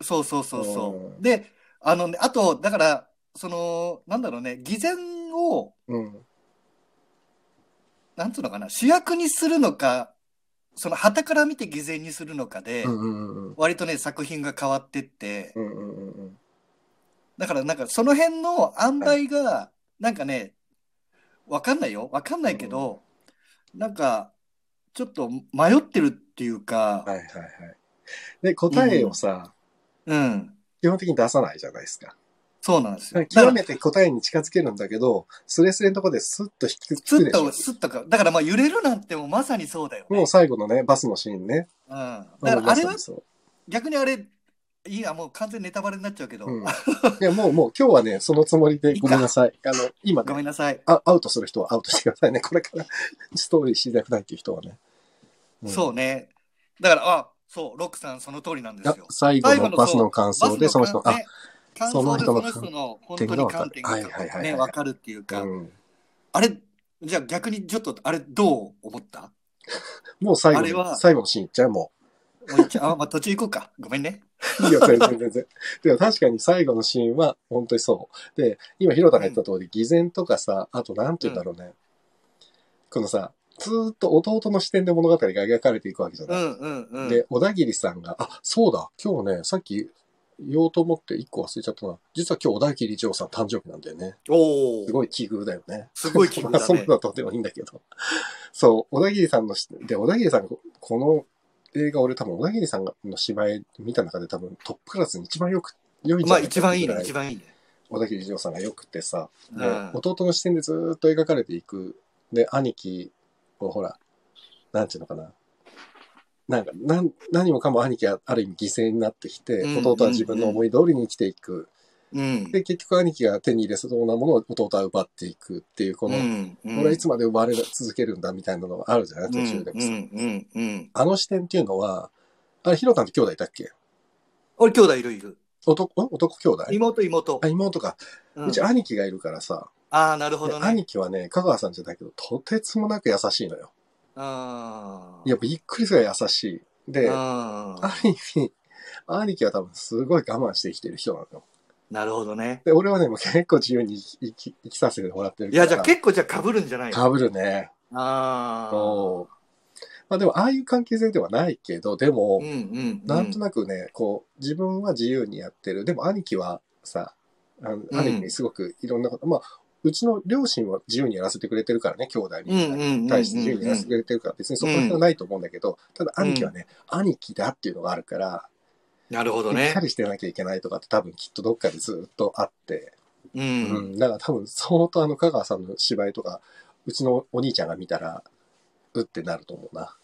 Speaker 2: そうそうそうそうう。で、あのね、あと、だから、その、なんだろうね、偽善を、
Speaker 1: うん。
Speaker 2: なんつうのかな、主役にするのか、その、傍から見て偽善にするのかで
Speaker 1: う、んうんうんうん。
Speaker 2: 割とね、作品が変わってって、
Speaker 1: うんうんうんうん。
Speaker 2: だからなんかその辺の塩梅が、なんかね、わかんないよ。わかんないけど、なんか、ちょっと迷ってるっていう
Speaker 1: は
Speaker 2: か、
Speaker 1: いはいはい。で、答えをさ、
Speaker 2: うん。
Speaker 1: 基本的に出さないじゃないですか。
Speaker 2: そうなんですよ。だから
Speaker 1: 極めて答えに近づけるんだけど、スレスレのとこでスッと引き
Speaker 2: ス
Speaker 1: つく
Speaker 2: ッ
Speaker 1: でしょ
Speaker 2: と、。スッとか。だからまあ揺れるなんてもまさにそうだよね。
Speaker 1: もう最後のね、バスのシーンね。
Speaker 2: うん。だから
Speaker 1: もう
Speaker 2: あ
Speaker 1: ま
Speaker 2: れ
Speaker 1: さ
Speaker 2: は
Speaker 1: に、そう
Speaker 2: 逆にあれ、いや、もう完全ネタバレになっちゃうけど、
Speaker 1: うん、いや、もう、もう今日はね、そのつもりでごめんなさい。あの、今
Speaker 2: ご
Speaker 1: ね
Speaker 2: めんなさい。
Speaker 1: あ、アウトする人はアウトしてくださいね。 これからストーリー知りたくないっていう人はね。うん
Speaker 2: そうね。だから、あ、そう、ロックさんその通りなんです
Speaker 1: あ
Speaker 2: よ。
Speaker 1: 最後のバスの感
Speaker 2: バ
Speaker 1: 想
Speaker 2: ス
Speaker 1: で、その
Speaker 2: 感
Speaker 1: 人、あ、
Speaker 2: ね感想で
Speaker 1: そ
Speaker 2: そ
Speaker 1: の
Speaker 2: の
Speaker 1: 人の
Speaker 2: 人の本
Speaker 1: 点が
Speaker 2: 当に
Speaker 1: 分かる
Speaker 2: 観点が
Speaker 1: はいはいはいはい
Speaker 2: ね、わかるっていうか、
Speaker 1: うん
Speaker 2: あれ、じゃあ逆にちょっとあれどう思った
Speaker 1: もう最後
Speaker 2: あれ
Speaker 1: の、
Speaker 2: は
Speaker 1: 最後のシーンいっちゃうも
Speaker 2: もう一応あ、まあ途中行こうか。ごめんね。
Speaker 1: う。いいよ、全然全然。でも確かに最後のシーンは本当にそう。で、今、広田が言った通り、偽善とかさ、あと、なんて言うんだろうね。このさ、ずーっと弟の視点で物語が描かれていくわけじゃ
Speaker 2: う
Speaker 1: ない。
Speaker 2: んうんうん。
Speaker 1: で、小田切さんが、あ、そうだ、今日ね、さっき言おうと思って一個忘れちゃったな。実は今日小田切丈さん誕生日なんだよね。
Speaker 2: おお
Speaker 1: すごい奇遇だよね。
Speaker 2: すごい気分
Speaker 1: まあ、
Speaker 2: だ
Speaker 1: そんな
Speaker 2: ね
Speaker 1: の。はどうでもいいんだけど。そう、小田切さんのし、で、小田切さん、この映画俺多分小田切さんの芝居見た中で多分トップクラスに一番よく、良いんじ
Speaker 2: ま
Speaker 1: ゃ
Speaker 2: あ
Speaker 1: ないかって
Speaker 2: 一
Speaker 1: ぐら
Speaker 2: 番いいね、一番いいね。
Speaker 1: 小田切丈さんが良くてさ、
Speaker 2: うん
Speaker 1: で弟の視点でずーっと描かれていく。で、兄貴をほら、なんていうのかな。なんか、なん何もかも兄貴はある意味犠牲になってきて、
Speaker 2: うん
Speaker 1: 弟は自分の思い通りに生きていく。
Speaker 2: うん。
Speaker 1: で、結局兄貴が手に入れそうなものを弟は奪っていくっていう、この、
Speaker 2: うんうん
Speaker 1: 俺はいつまで奪われ続けるんだみたいなのがあるじゃない途中でも
Speaker 2: うんう
Speaker 1: さ。
Speaker 2: んうんうん。
Speaker 1: あの視点っていうのは、あれ、ヒロタンって兄弟いたっけ
Speaker 2: 俺兄弟いるいる。
Speaker 1: 男、ん男兄弟
Speaker 2: 妹妹
Speaker 1: あ、。妹か。
Speaker 2: うん
Speaker 1: うち兄貴がいるからさ、
Speaker 2: ああ、なるほ
Speaker 1: で
Speaker 2: どね。
Speaker 1: 兄貴はね、香川さんじゃないけど、とてつもなく優しいのよ。
Speaker 2: あ
Speaker 1: いや、びっくりするぐらい優しい。で、あ
Speaker 2: あ
Speaker 1: る
Speaker 2: あ。
Speaker 1: 意味、兄貴は多分すごい我慢して生きてる人なのよ。
Speaker 2: なるほどね。
Speaker 1: で、俺はね、もう結構自由に生き生きさせてもらってる
Speaker 2: い
Speaker 1: から。
Speaker 2: や、じゃあ結構じゃあ被るんじゃないの
Speaker 1: かぶるね。
Speaker 2: ああ。
Speaker 1: おまあでも、ああいう関係性ではないけど、でも、
Speaker 2: うんうんうん。
Speaker 1: なんとなくね、こう、自分は自由にやってる。でも兄貴はさ、あの
Speaker 2: うん
Speaker 1: 兄貴にすごくいろんなこと、まあ、うちの両親は自由にやらせてくれてるからね、兄弟
Speaker 2: うんうんうん
Speaker 1: に
Speaker 2: うんうん。
Speaker 1: 対して自由にやらせてくれてるから、別にそこら辺はないと思うんだけど、ただ兄貴はね、兄貴だっていうのがあるから、
Speaker 2: なるほど
Speaker 1: しっ
Speaker 2: ね
Speaker 1: か。りしてなきゃいけないとかって多分きっとどっかでずっとあって、う
Speaker 2: う。
Speaker 1: んん、だから多分相当あの香川さんの芝居とか、うちのお兄ちゃんが見たら、うってなると思うな。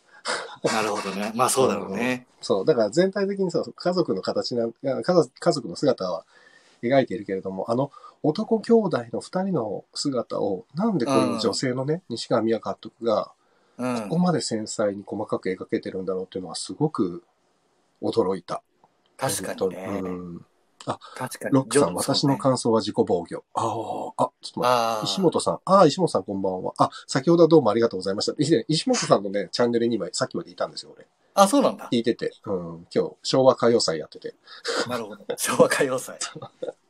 Speaker 2: なるほどね。まあそうだろうね。
Speaker 1: そう、だから全体的にさ、家族の形なん家族、家族の姿は描いているけれども、あの、男兄弟の二人の姿を、なんでこういう女性のね、西川美也監督が、
Speaker 2: う
Speaker 1: ここ
Speaker 2: ん。
Speaker 1: まで繊細に細かく描けてるんだろうっていうのは、すごく驚いた。
Speaker 2: 確かにね
Speaker 1: う。ん。
Speaker 2: 確かに。
Speaker 1: ロックさん、
Speaker 2: ジョンソンね
Speaker 1: 私の感想は自己防御。ああ、あ、ちょっと待って。
Speaker 2: ああ。
Speaker 1: 石本さん。ああ、石本さんこんばんは。あ、先ほどはどうもありがとうございました。以前、石本さんのね、チャンネルに今、さっきまでいたんですよ、俺。
Speaker 2: あ、そうなんだ。
Speaker 1: 聞いてて。うん。今日、昭和歌謡祭やってて。
Speaker 2: なるほど。昭和歌謡 祭。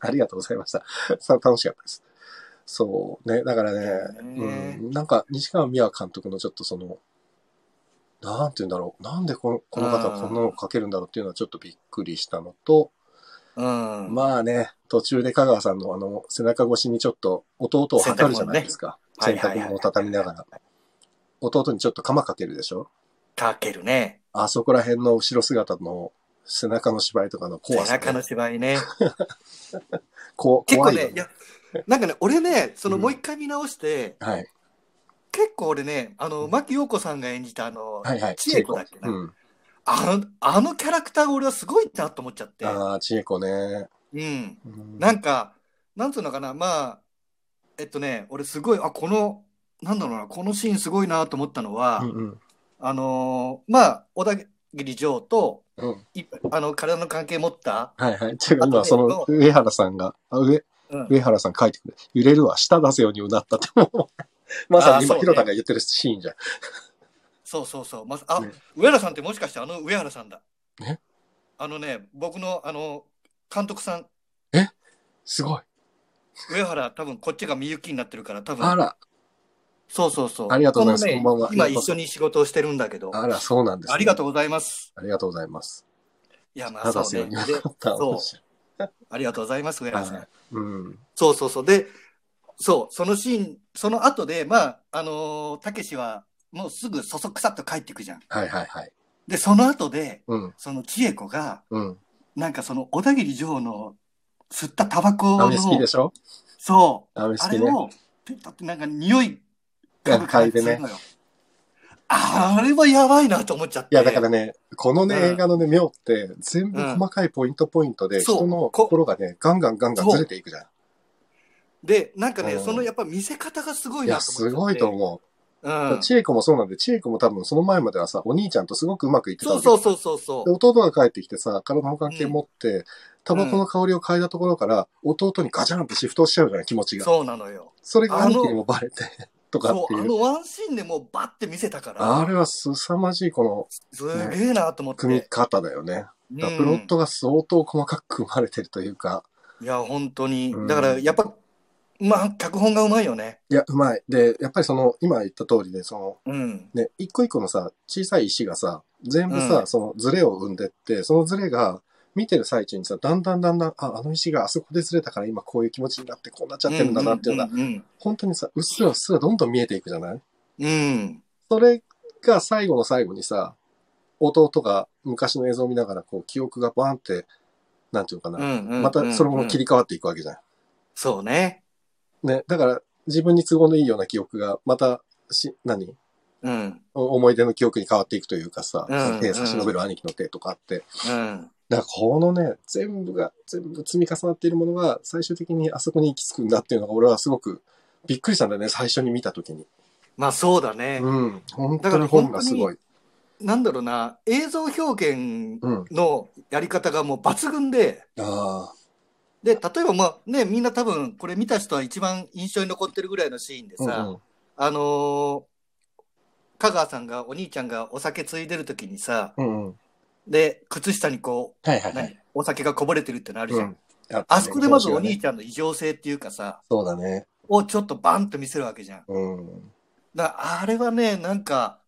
Speaker 1: ありがとうございました。 さ楽しかったです。そうね。だからね、
Speaker 2: ね
Speaker 1: うん。なんか、西川美和監督のちょっとその、なんて言うんだろう。なんでこのこの方はこんなの書けるんだろうっていうのはちょっとびっくりしたのと、
Speaker 2: うん。
Speaker 1: まあね、途中で香川さんのあの、背中越しにちょっと弟を測るじゃないですか。
Speaker 2: 洗
Speaker 1: 洗
Speaker 2: 濯物ね
Speaker 1: 濯物を畳みながら。弟にちょっと鎌かけるでしょ
Speaker 2: かけるね。
Speaker 1: あそこら辺の後ろ姿の背中の芝居とかの
Speaker 2: 背
Speaker 1: 怖さ、
Speaker 2: 中の芝居ね。
Speaker 1: こ
Speaker 2: 結
Speaker 1: 怖
Speaker 2: 構
Speaker 1: いよ
Speaker 2: ね、いや、なんかね、俺ね、そのもう一回見直して、
Speaker 1: はい。
Speaker 2: 結構俺ね、あの、牧陽子さんが演じたあの、
Speaker 1: はいはい。
Speaker 2: 千恵子だっけな
Speaker 1: うん。
Speaker 2: あの、あのキャラクターが俺はすごいなと思っちゃって。
Speaker 1: ああ、千恵子ね。
Speaker 2: う
Speaker 1: う
Speaker 2: ん。
Speaker 1: ん
Speaker 2: なんか、なんつうのかな、まあ、えっとね、俺すごい、あ、この、なんだろうな、このシーンすごいなと思ったのは、
Speaker 1: うんうん。
Speaker 2: あのーまあ、小田切城と、
Speaker 1: うん。
Speaker 2: いあの、体の関係持った、
Speaker 1: はいはい。ていうか
Speaker 2: あとね
Speaker 1: 今、その、上原さんが、あ上、
Speaker 2: うん、
Speaker 1: 上原さん書いてくれ。揺れるわ、舌出せようにうなったって。まさ
Speaker 2: あー
Speaker 1: に
Speaker 2: そ
Speaker 1: 今、
Speaker 2: うね
Speaker 1: ヒロタが言ってるシーンじゃん。
Speaker 2: そうそうそう、まず、あ、
Speaker 1: ね
Speaker 2: 上原さんってもしかしてあの上原さんだ。
Speaker 1: え
Speaker 2: あのね、僕の、あの、監督さん、
Speaker 1: すごい。
Speaker 2: 上原、多分こっちがみゆきになってるから、多分
Speaker 1: あら、
Speaker 2: そうそうそう。
Speaker 1: ありがとうございます
Speaker 2: この
Speaker 1: こ
Speaker 2: ね
Speaker 1: んばんは
Speaker 2: 今一緒に仕事をしてるんだけど、
Speaker 1: あら、そうなんです、
Speaker 2: ありがとうございます。
Speaker 1: ありがとうございます。
Speaker 2: いや、まあ、
Speaker 1: ただ
Speaker 2: そ
Speaker 1: す
Speaker 2: う
Speaker 1: よ
Speaker 2: ね。
Speaker 1: う
Speaker 2: で
Speaker 1: になかった。
Speaker 2: そう
Speaker 1: 面白い
Speaker 2: ありがとうございます、上原さん。
Speaker 1: はいうん。
Speaker 2: そうそうそう。で、そう、そのシーン、その後で、まあ、あのーたけしは、もうすぐそそくさっと帰っていくじゃん。
Speaker 1: はいはいはい。
Speaker 2: で、その後で、
Speaker 1: うん。
Speaker 2: その千恵子が、
Speaker 1: うん。
Speaker 2: なんかその小田切城の吸ったタバコ
Speaker 1: ア
Speaker 2: の
Speaker 1: メ、好きでしょ
Speaker 2: そう、
Speaker 1: アメ好
Speaker 2: あ
Speaker 1: き
Speaker 2: れ
Speaker 1: ね。
Speaker 2: を、ペタってなんか匂い
Speaker 1: が嗅いで
Speaker 2: する
Speaker 1: ね。
Speaker 2: のよ。あれはやばいなと思っちゃって。
Speaker 1: いや、だからね、このね、
Speaker 2: うん
Speaker 1: 映画のね、妙って、全部細かいポイントポイントで、
Speaker 2: そう
Speaker 1: 人の
Speaker 2: こ
Speaker 1: 心がね、ガンガンガンガンずれていくじゃん。
Speaker 2: で、なんかね、
Speaker 1: うん
Speaker 2: そのやっぱ見せ方がすごい
Speaker 1: い
Speaker 2: な
Speaker 1: や、
Speaker 2: と思っちゃっ
Speaker 1: す
Speaker 2: て。
Speaker 1: ごいと思う。
Speaker 2: うん。
Speaker 1: 千恵子もそうなんで、千恵子も多分その前まではさ、お兄ちゃんとすごくうまくいってた
Speaker 2: そ
Speaker 1: わ
Speaker 2: う
Speaker 1: けだ
Speaker 2: そうそうそうそ
Speaker 1: で
Speaker 2: う。
Speaker 1: 弟が帰ってきてさ、体の関係持って、タバコの香りを嗅いだところから、弟にガチャンとシフトしちゃうじゃない、気持ちが。
Speaker 2: そうなのよ。
Speaker 1: それが
Speaker 2: あ
Speaker 1: 兄
Speaker 2: の
Speaker 1: 貴にもバレて、とかっ
Speaker 2: そ
Speaker 1: て
Speaker 2: う、あ
Speaker 1: いう。
Speaker 2: のワンシーンでもうバッて見せたから。
Speaker 1: あれは凄まじいこの
Speaker 2: すげえなと思っ
Speaker 1: 組み
Speaker 2: て。
Speaker 1: 方だよね。だから
Speaker 2: うん
Speaker 1: プロットが相当細かく組まれてるというか、
Speaker 2: いや、本当に
Speaker 1: うん。
Speaker 2: だから、やっぱ、まあ、脚本がうまいよね。
Speaker 1: いや、うまい。で、やっぱりその、今言った通りで、その、
Speaker 2: うん。
Speaker 1: ね、一個一個のさ、小さい石がさ、全部さ、
Speaker 2: うん
Speaker 1: そのズレを生んでって、そのズレが、見てる最中にさ、だんだんだんだん、あ、あの石があそこでずれたから今こういう気持ちになってこうなっちゃってるんだなっていうのが、
Speaker 2: うんうん
Speaker 1: 本当にさ、うっすらうっすらどんどん見えていくじゃない
Speaker 2: うん。うん
Speaker 1: それが最後の最後にさ、弟が昔の映像を見ながら、こう、記憶がバーンって、なんていうのかな、
Speaker 2: うんうん
Speaker 1: またそれも切
Speaker 2: り。
Speaker 1: り替わっていくわけじゃん。
Speaker 2: そうね。
Speaker 1: ね、だから自分に都合のいいような記憶が、また、し、何
Speaker 2: うん。
Speaker 1: お思い出の記憶に変わっていくというかさ、
Speaker 2: うん
Speaker 1: 手差し伸べる兄貴の手とかあって。
Speaker 2: うん。
Speaker 1: だからこのね、全部が、全部積み重なっているものが、最終的にあそこに行き着くんだっていうのが、俺はすごくびっくりしたんだよね、最初に見た時に。
Speaker 2: まあ、そうだね。
Speaker 1: うん。本
Speaker 2: だか
Speaker 1: 当に
Speaker 2: ら
Speaker 1: 本がすごい。
Speaker 2: なんだろうな、映像表現
Speaker 1: うん。
Speaker 2: のやり方がもう抜群で、
Speaker 1: ああ。
Speaker 2: で、例えばまあね、みんな多分これ見た人は一番印象に残ってるぐらいのシーンで
Speaker 1: うん
Speaker 2: さ、
Speaker 1: うん
Speaker 2: あのー香川さんがお兄ちゃんがお酒ついでる時にさ、
Speaker 1: うんうん。
Speaker 2: で、靴下にこ
Speaker 1: はいは
Speaker 2: う、
Speaker 1: いはい。
Speaker 2: 何お酒がこぼれてるってのあるじゃん。
Speaker 1: うんあ
Speaker 2: あそこでまずお兄
Speaker 1: ね
Speaker 2: ちゃんの異常性っていうかさ、
Speaker 1: そうだね。
Speaker 2: をちょっとバンと見せるわけじゃん。
Speaker 1: うん。
Speaker 2: だからあれはね、なんか、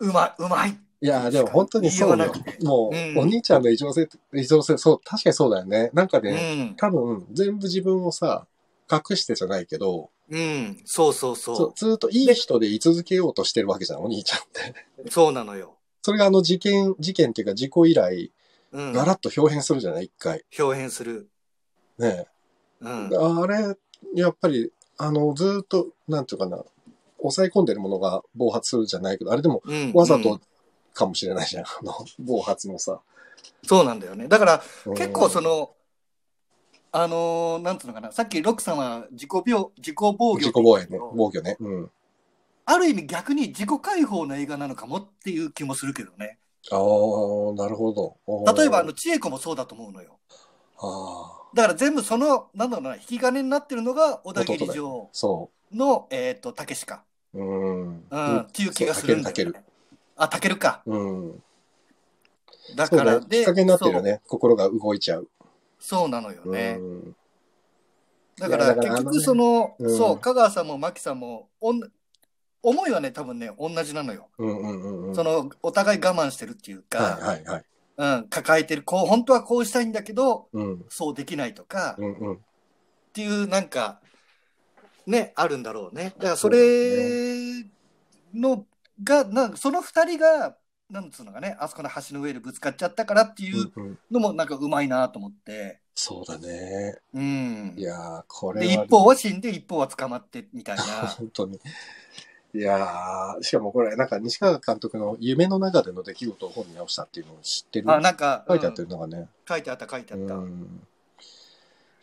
Speaker 2: うまい、うまい。
Speaker 1: いや、でも本当にそうよ
Speaker 2: 言いようがなく。
Speaker 1: も
Speaker 2: うん
Speaker 1: う、お兄ちゃんの異常性、異常性、そう、確かにそうだよね。なんか
Speaker 2: う
Speaker 1: ね、
Speaker 2: ん。
Speaker 1: 多分、全部自分をさ、隠してじゃないけど、
Speaker 2: うん。そうそうそう。
Speaker 1: そうずっといい人で居続けようとしてるわけじゃん、お兄ちゃんって。
Speaker 2: そうなのよ。
Speaker 1: それがあの事件、事件っていうか事故以来、
Speaker 2: うん。
Speaker 1: ガラッと表変するじゃない、一回。
Speaker 2: 表現する。
Speaker 1: ね
Speaker 2: うん。
Speaker 1: あれ、やっぱり、あの、ずっと、なんていうかな、抑え込んでるものが暴発するじゃないけど、あれでも
Speaker 2: うん
Speaker 1: わざ
Speaker 2: う
Speaker 1: と
Speaker 2: ん
Speaker 1: かもしれないじゃん。あの、暴発のさ。
Speaker 2: そうなんだよね。だから、
Speaker 1: うん
Speaker 2: 結構そ、の、あのーなんつうのかな、さっきロックさんは自己病、自己防御って
Speaker 1: 自
Speaker 2: 言
Speaker 1: 己
Speaker 2: ったけど
Speaker 1: 防衛ね。防御ね。うん。
Speaker 2: ある意味逆に自己解放の映画なのかもっていう気もするけどね。
Speaker 1: ああ、なるほど。おー
Speaker 2: 例えば、あの、、千恵子もそうだと思うのよ。
Speaker 1: ああ、
Speaker 2: だから全部その、なんだろうな、引き金になってるのが小田切女王
Speaker 1: そ
Speaker 2: の、えっ、と、たけしか。
Speaker 1: う。うん。
Speaker 2: うん、っていう気がするんだけど、ね。あ、たけるか。
Speaker 1: うん。
Speaker 2: だ
Speaker 1: そう
Speaker 2: から、
Speaker 1: ね。きっかけになってるよ
Speaker 2: そう。
Speaker 1: ね。心が動いちゃう。
Speaker 2: そうなのよね。
Speaker 1: うん
Speaker 2: だか
Speaker 1: いや
Speaker 2: ら
Speaker 1: だから
Speaker 2: 結局その、
Speaker 1: あのねうん
Speaker 2: そう、香川さんも真木さんも、おん思いはね、多分ね、同じなのよ。
Speaker 1: うんうんうんうん。
Speaker 2: その、お互い我慢してるっていうか、
Speaker 1: はいはいはい。
Speaker 2: うん、抱えてる、こう、本当はこうしたいんだけど、
Speaker 1: うん。
Speaker 2: そうできないとか、
Speaker 1: うんうん。
Speaker 2: っていう、なんか、ね、あるんだろうね。だからそれの、が、なんかその二人が、なんつうのかね、あそこの橋の上でぶつかっちゃったからっていう
Speaker 1: うんうん
Speaker 2: のも、なんかうまいなと思って。
Speaker 1: そうだね。
Speaker 2: うん。
Speaker 1: いやー、これ
Speaker 2: で、
Speaker 1: は
Speaker 2: 一方は死んで、一方は捕まって、みたいな。
Speaker 1: 本当に。いやー、しかもこれ、なんか西川監督の夢の中での出来事を本に直したっていうのを知ってる。
Speaker 2: あ、なんか、
Speaker 1: 書いてあった
Speaker 2: う
Speaker 1: よ、なんかね。
Speaker 2: ん書いてあった、書いてあ
Speaker 1: う
Speaker 2: った。
Speaker 1: ん。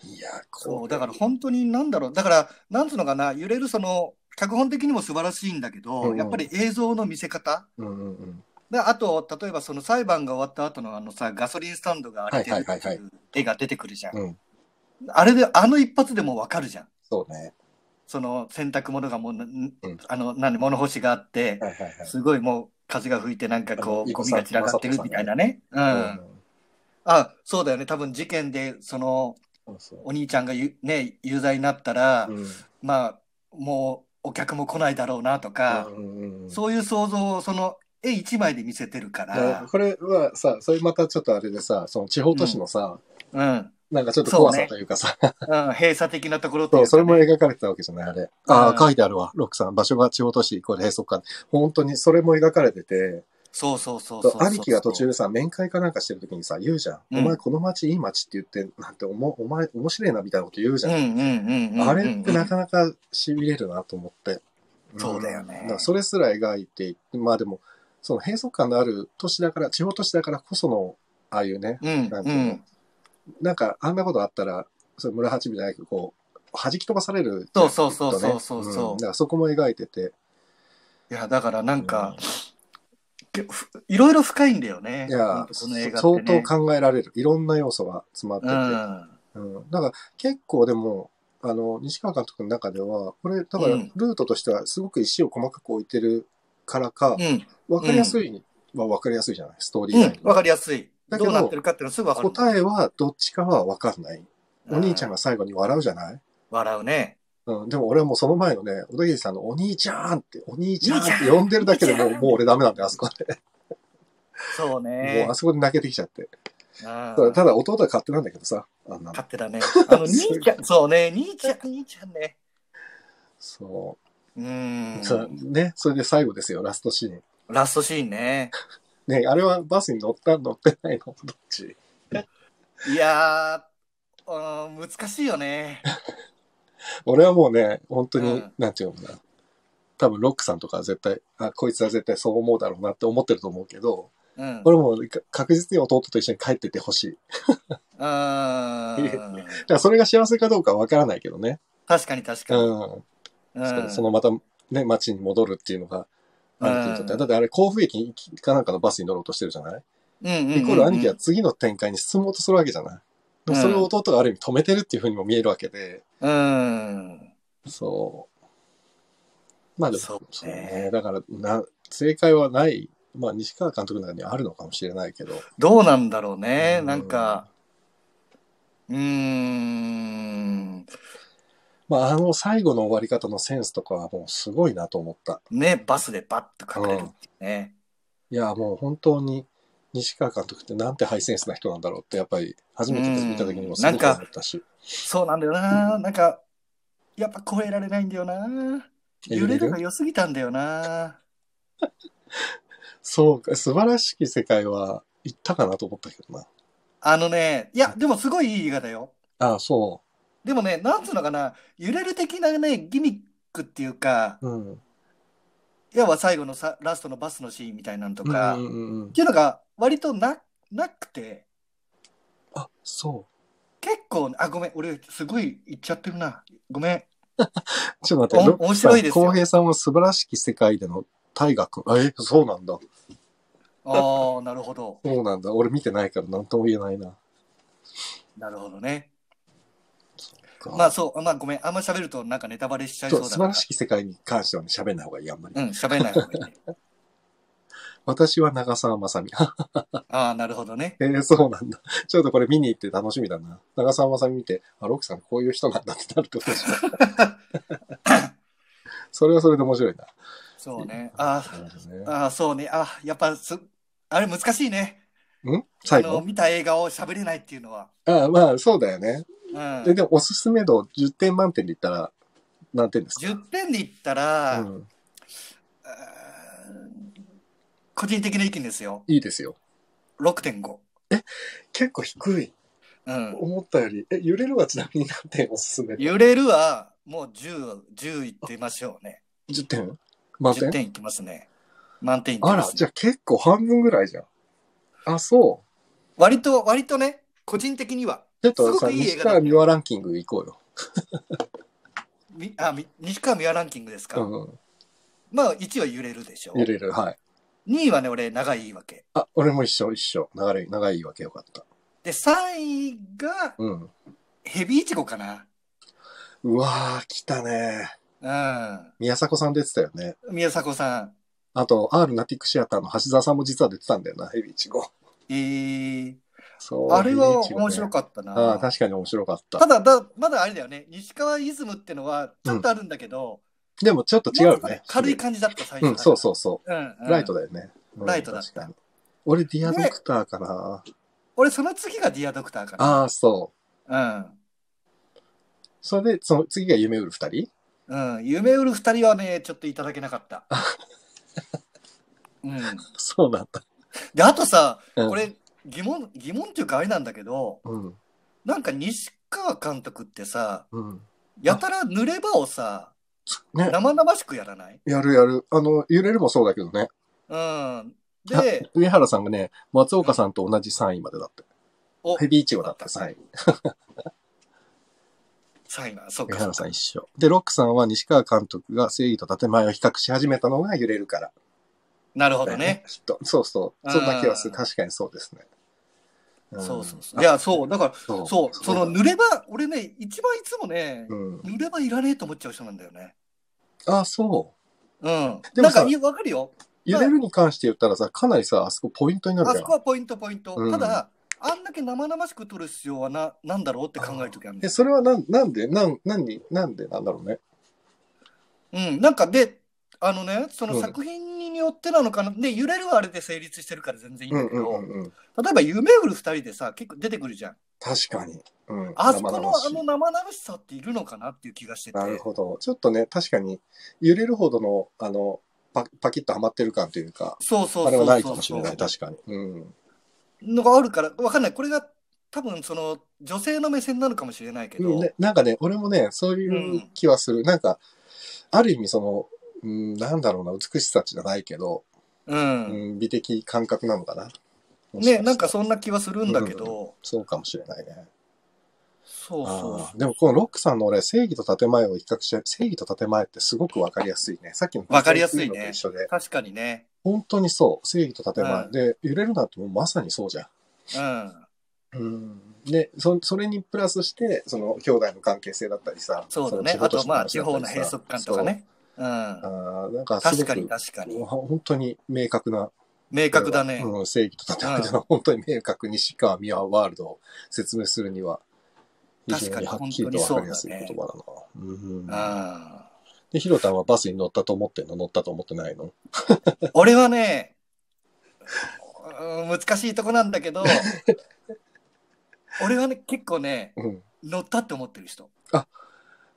Speaker 1: いやー、こ
Speaker 2: そう、
Speaker 1: れ
Speaker 2: だから本当になんだろう。だから、なんつうのかな、揺れるその、脚本的にも素晴らしいんだけど、
Speaker 1: うんうん
Speaker 2: やっぱり映像の見せ方。
Speaker 1: うんうんうん。
Speaker 2: で、あと、例えばその裁判が終わった後のあのさ、ガソリンスタンドが荒れてるって
Speaker 1: はいはいはい
Speaker 2: いう絵が出てくるじゃん。
Speaker 1: うん。
Speaker 2: あれで、あの一発でもわかるじゃん。
Speaker 1: そうね。
Speaker 2: その洗濯物がもう、ん
Speaker 1: うん
Speaker 2: あの、何、物干しがあって、
Speaker 1: はいはいはい。
Speaker 2: すごいもう風が吹いてなんかこ
Speaker 1: あの
Speaker 2: う、ゴミが散らかってるみたいなね。う。
Speaker 1: うん
Speaker 2: あ、そうだよね。多分事件で、その、
Speaker 1: ん。そう
Speaker 2: お兄ちゃんがゆ、ね、有罪になったら、
Speaker 1: そう。うん
Speaker 2: まあ、もうお客も来ないだろうなとか、
Speaker 1: うんうんうん
Speaker 2: そういう想像をその絵一枚で見せてるか
Speaker 1: だから
Speaker 2: ら、
Speaker 1: これはさ、それまたちょっとあれでさ、その地方都市のさ、
Speaker 2: うん、うん、
Speaker 1: なんかちょっと怖さというかさ、
Speaker 2: 閉鎖的なところと
Speaker 1: そ、
Speaker 2: いうう
Speaker 1: それ
Speaker 2: か
Speaker 1: も
Speaker 2: ね、
Speaker 1: 描かれてたわけじゃない、あれ。あ
Speaker 2: う
Speaker 1: あ、
Speaker 2: ん
Speaker 1: 書いてあるわ、ロックさん。場所が地方都市イコール閉塞感。本当にそれも描かれてて、
Speaker 2: そうそうそうそうそう。
Speaker 1: 兄貴が途中でさ、面会かなんかしてる時にさ、言うじゃん。
Speaker 2: うん
Speaker 1: お前この街いい街って言って、なんておも、お前面白いなみたいなこと言うじ
Speaker 2: うん
Speaker 1: ゃん。
Speaker 2: うんうんうん。
Speaker 1: あれってなかなか痺れるなと思って。
Speaker 2: そうだよね
Speaker 1: んからそれすら描いていて、まあでも、その閉塞感のある都市だから、地方都市だからこその、ああいうね、
Speaker 2: うんうん
Speaker 1: なんていうのなんかあんなことあったら、それ村八部じゃないけど、こう、弾き飛ばされる
Speaker 2: そうそうそう
Speaker 1: とね
Speaker 2: そうそうそう。
Speaker 1: んだからそこも描いてて。
Speaker 2: いや、だからなんか、けふいろいろ深いんだよね。
Speaker 1: いや、
Speaker 2: ほんとこの映画って
Speaker 1: 相当
Speaker 2: ね。
Speaker 1: 考えられる。いろんな要素が詰まってて。
Speaker 2: うん。
Speaker 1: うん。だから結構でも、あの、西川監督の中では、これ、だから
Speaker 2: う
Speaker 1: ル
Speaker 2: ん
Speaker 1: ートとしてはすごく石を細かく置いてるからか、
Speaker 2: うん、
Speaker 1: わかりやすいはわかりやすいじゃない、ストーリー
Speaker 2: う
Speaker 1: 内
Speaker 2: ん、わかりやすい。
Speaker 1: だ
Speaker 2: ど
Speaker 1: けど
Speaker 2: うなってるかっていうのすぐわかる。
Speaker 1: 答えはどっちかはわかんない。お兄ちゃん
Speaker 2: が。
Speaker 1: が最後に笑うじゃない
Speaker 2: 笑うね。
Speaker 1: うん、でも俺はもうその前のね、小田切さんのお兄ちゃんって、お兄ちゃんって呼んでるだけでもう、もう俺ダメなんだよ、あそこで。
Speaker 2: そうね
Speaker 1: もうあ。そこで泣けてきちゃって。
Speaker 2: うん
Speaker 1: ただ、ただ弟は勝手なんだけどさ、あんなの。
Speaker 2: 勝手だね。あの、
Speaker 1: すごい
Speaker 2: 兄ちゃん、そうね、兄ちゃん、兄ちゃんね。
Speaker 1: そう。
Speaker 2: うーん。
Speaker 1: そうね、それで最後ですよ、ラストシーン。
Speaker 2: ラストシーンね。
Speaker 1: ね、あれはバスに乗った乗ってないのどっち
Speaker 2: いやー、うん難しいよね。
Speaker 1: 俺はもうね、本当に、
Speaker 2: うん
Speaker 1: なんていうのかな。多分ロックさんとかは絶対、あ、こいつは絶対そう思うだろうなって思ってると思うけど、
Speaker 2: うん。
Speaker 1: 俺もうか確実に弟と一緒に帰っててほしい。
Speaker 2: うーん。
Speaker 1: だからそれが幸せかどうかはわからないけどね。
Speaker 2: 確かに確
Speaker 1: う
Speaker 2: か
Speaker 1: ん。
Speaker 2: に。
Speaker 1: しか
Speaker 2: う
Speaker 1: も
Speaker 2: ん。
Speaker 1: そのまた、ね、街に戻るっていうのが、
Speaker 2: うん
Speaker 1: 兄貴にとっては。だってあれ、甲府駅かなんかのバスに乗ろうとしてるじゃない
Speaker 2: うんうんうんうん
Speaker 1: イコール兄貴は次の展開に進もうとするわけじゃない。でもそれを弟がある意味止めてるっていうふうにも見えるわけで、
Speaker 2: うん。
Speaker 1: そう。まあでも、
Speaker 2: そ
Speaker 1: そうう
Speaker 2: ね
Speaker 1: ね。だからな、正解はない。まあ、西川監督の中にはあるのかもしれないけど。
Speaker 2: どうなんだろうね。
Speaker 1: うん
Speaker 2: なんか、うーん。
Speaker 1: まあ、あの最後の終わり方のセンスとかはもうすごいなと思った。
Speaker 2: ね、バスでバッと隠れるっていうね。
Speaker 1: いや、もう本当に西川監督ってなんてハイセンスな人なんだろうって、やっぱり初めて見た時にもすごく思ったし。
Speaker 2: そうなんだよな。なんか、やっぱ超えられないんだよな。
Speaker 1: え
Speaker 2: 揺れる
Speaker 1: 揺
Speaker 2: が良すぎたんだよな。
Speaker 1: そうか、素晴らしき世界は行ったかなと思ったけどな。
Speaker 2: あのね、いや、でもすごいいい映画だよ。
Speaker 1: ああ、そ
Speaker 2: でもね、なんつうのかな、揺れる的なね、ギミックっていうか、
Speaker 1: う。うん。
Speaker 2: 要は最後のさ、ラストのバスのシーンみたいなのと
Speaker 1: うん
Speaker 2: か、
Speaker 1: う
Speaker 2: っ
Speaker 1: んうんうん。
Speaker 2: ていうのが割とな、なくて、
Speaker 1: あ、そ
Speaker 2: 結構、あ、ごめん、俺すごい言っちゃってるな。ごめん。
Speaker 1: う。ちょっと待って、
Speaker 2: お面白いですよ
Speaker 1: 浩平さんは素晴らしき世界での大河君。え、そうなんだ。
Speaker 2: うああ、なるほど。
Speaker 1: そうなんだ。俺見てないから何とも言えないな。
Speaker 2: なるほどね。
Speaker 1: ま
Speaker 2: まあそう、まあごめん、あんま喋るとなんかネタバレしちゃい
Speaker 1: そ
Speaker 2: そう
Speaker 1: う
Speaker 2: だ
Speaker 1: 素晴らしき世界に関してはね、喋んない方がいい、あんまり。
Speaker 2: うん、喋らない方がい いね。
Speaker 1: 私は長澤まさみ。
Speaker 2: ああ、なるほどね。
Speaker 1: えー、そうなんだ。 ちょっとこれ見に行って楽しみだな。長澤まさみ見て、あ、ロックさんこういう人なんだってなるってことでしょ。 それはそれで面白いな。
Speaker 2: そうね。あ
Speaker 1: なるほどね
Speaker 2: あ、ああ、そうね。ああ、やっぱす、あれ難しいね。
Speaker 1: ん
Speaker 2: あ
Speaker 1: 最
Speaker 2: の、
Speaker 1: 後
Speaker 2: 見た映画を喋れないっていうのは。
Speaker 1: ああまあ、そうだよね。
Speaker 2: うん。
Speaker 1: えでも、おすすめ度10点満点で言ったら、何点ですか
Speaker 2: 10点で言ったら、
Speaker 1: うん、
Speaker 2: あー個人的な意見ですよ。
Speaker 1: いいですよ。
Speaker 2: 6.5。
Speaker 1: 結構低い。
Speaker 2: うん。
Speaker 1: 思ったより。え、揺れるはちなみに何点おすすめ
Speaker 2: 揺れるは、もう10、10いってみましょうね。
Speaker 1: ?10 点満
Speaker 2: 10
Speaker 1: 点
Speaker 2: 点いきますね。満点いき
Speaker 1: あ
Speaker 2: ま
Speaker 1: ら
Speaker 2: す、、
Speaker 1: じゃあ結構半分ぐらいじゃん。あ、そう。
Speaker 2: 割と、割とね、個人的には。
Speaker 1: ちょっと
Speaker 2: すご
Speaker 1: さ、
Speaker 2: くいい映
Speaker 1: 西
Speaker 2: 画だ
Speaker 1: 川美和ランキング行こうよ。
Speaker 2: みあみ西川美和ランキングですか、
Speaker 1: うんうん。
Speaker 2: まあ1位は揺れるでしょ
Speaker 1: 揺れる。はい。
Speaker 2: 2位はね俺長い言い訳
Speaker 1: あ、俺も一緒、一緒。長い、長い言い訳よかった。
Speaker 2: で3位が
Speaker 1: うん。
Speaker 2: ヘビイチゴかな
Speaker 1: うわー、来たね。宮迫さん出てたよね。
Speaker 2: うん宮迫さん
Speaker 1: あと、R ナティックシアターの橋沢さんも実は出てたんだよな、ヘビイチゴ。
Speaker 2: えー、
Speaker 1: そう。
Speaker 2: あれは
Speaker 1: ヘビイチゴね
Speaker 2: 面白かったな、
Speaker 1: ああ、確かに面白かった
Speaker 2: た。だだまだあれだよね西川イズムってのはちょっとあるんだけど、
Speaker 1: でもちょっと違うよ
Speaker 2: なん
Speaker 1: ね
Speaker 2: か。軽い感じだった最初
Speaker 1: う
Speaker 2: から、
Speaker 1: ん、そうそうそ
Speaker 2: うんうん
Speaker 1: う。ライトだよね。うん
Speaker 2: ライトだった
Speaker 1: 確かに俺、ディアドクターかな。
Speaker 2: 俺その次がディアドクターかな
Speaker 1: ああ、そう。
Speaker 2: うん
Speaker 1: それで、その次が夢売る二人
Speaker 2: うん、夢売る二人はね、ちょっといただけなかった。うん、
Speaker 1: そうなんだ。
Speaker 2: で、あとさ、
Speaker 1: うん
Speaker 2: これ、疑問、疑問っていうかあれなんだけど、
Speaker 1: うん。
Speaker 2: なんか西川監督ってさ、
Speaker 1: うん。
Speaker 2: やたら濡れ場をさ、
Speaker 1: ね。
Speaker 2: 生々しくやらない
Speaker 1: やるやる。あの、揺れるもそうだけどね。
Speaker 2: うん。で、
Speaker 1: 上原さんがね、松岡さんと同じ3位までだって。
Speaker 2: お、
Speaker 1: ヘビーイチゴだった、3位。
Speaker 2: サイナー、そう
Speaker 1: 上
Speaker 2: かそう
Speaker 1: 原
Speaker 2: か
Speaker 1: さん一緒。で、ロックさんは西川監督が正義と建前を比較し始めたのが揺れるから。
Speaker 2: なるほ
Speaker 1: だ
Speaker 2: ど
Speaker 1: よ
Speaker 2: ね。。
Speaker 1: きっと。そうそう。そんな気はする。
Speaker 2: うん
Speaker 1: 確かにそうですね。ん
Speaker 2: そうそうそう。
Speaker 1: あ
Speaker 2: いや、そう、だか
Speaker 1: そ
Speaker 2: ら、そう、その
Speaker 1: ぬ
Speaker 2: 濡れ場、俺ね、一番いつもね、
Speaker 1: うん。
Speaker 2: 濡れ場いらねえと思っちゃう人なんだよね。
Speaker 1: あ、そう。
Speaker 2: うん。
Speaker 1: で
Speaker 2: な
Speaker 1: も
Speaker 2: ん
Speaker 1: さ
Speaker 2: か、いやわかるよ。
Speaker 1: 揺れるに関して言ったらさ、かなりさ、あそこポイントになる
Speaker 2: あ
Speaker 1: じゃ
Speaker 2: そ
Speaker 1: ん
Speaker 2: こ。はポイント、ポイント。
Speaker 1: うん
Speaker 2: ただ、あんだけ生々しく撮る必要はな、なんだろうって考えるときあるん
Speaker 1: え、
Speaker 2: です。
Speaker 1: それはなん、なんで、なん、なんに、なんでなんだろうね。
Speaker 2: うん、なんかで、あのね、そ
Speaker 1: うん
Speaker 2: の作品によってなのかな、で、揺れるはあれで成立してるから全然いいん
Speaker 1: うん
Speaker 2: だけ
Speaker 1: う
Speaker 2: ど、
Speaker 1: んうんうん。
Speaker 2: 例えば夢売る二人でさ、結構出てくるじゃん。
Speaker 1: 確かに。うん。
Speaker 2: あそこ
Speaker 1: 生
Speaker 2: の
Speaker 1: 々し
Speaker 2: あ
Speaker 1: い
Speaker 2: の生々しさっているのかなっていう気がしてて。
Speaker 1: なるほど。ちょっとね、確かに、揺れるほどの、あの、パパキッとはまってる感というか、
Speaker 2: そうそう
Speaker 1: あれ
Speaker 2: そ
Speaker 1: は
Speaker 2: う
Speaker 1: ないか
Speaker 2: そう
Speaker 1: もしれない、確かに。うん。
Speaker 2: のがあるから、わかんない。これが多分その女性の目線なのかもしれないけど、
Speaker 1: うんね、なんかね、俺もね、そういう気はする。なんか、ある意味、その、うん、なんだろうな、美しさじゃないけど、
Speaker 2: うん。
Speaker 1: うん、美的感覚なのかな。もしかし
Speaker 2: ね、
Speaker 1: たら
Speaker 2: なんかそんな気はするんだけど、
Speaker 1: そうかもしれないね。
Speaker 2: そうそう
Speaker 1: あーでも、このロックさんの俺、正義と建前を比較して、正義と建前ってすごくわかりやすいね。さっきの
Speaker 2: わかりやすいね
Speaker 1: のと一緒で。
Speaker 2: 確かにね。
Speaker 1: 本当にそう。正義と建前。
Speaker 2: うん
Speaker 1: で、揺れるなんてもうまさにそうじゃん。
Speaker 2: うん。
Speaker 1: うんでそそれにプラスしてその兄弟の関係性だったりさ
Speaker 2: そうだ
Speaker 1: の
Speaker 2: ね
Speaker 1: 地。方
Speaker 2: あ
Speaker 1: 都
Speaker 2: と
Speaker 1: 市
Speaker 2: まあ
Speaker 1: 話
Speaker 2: 地
Speaker 1: だったりさ
Speaker 2: 方の閉塞感とかね。う
Speaker 1: そ
Speaker 2: ん
Speaker 1: う。あーなんかすご
Speaker 2: 確
Speaker 1: く
Speaker 2: かに確かに。
Speaker 1: 本当に明確な
Speaker 2: 明確だね。
Speaker 1: うん、正義と建前の本当に明確にシカワミワワールドを説明するには非
Speaker 2: 確
Speaker 1: 常
Speaker 2: か
Speaker 1: に
Speaker 2: に
Speaker 1: はっきりと分かりやすい言
Speaker 2: 本当
Speaker 1: 葉だなうん
Speaker 2: あ
Speaker 1: でヒロタンはバスに乗ったと思ってんの乗ったと思ってないの
Speaker 2: ー俺はね、うん難しいとこなんだけ ど、俺はね、結構ね、
Speaker 1: うん
Speaker 2: 乗ったって思ってる人。
Speaker 1: あ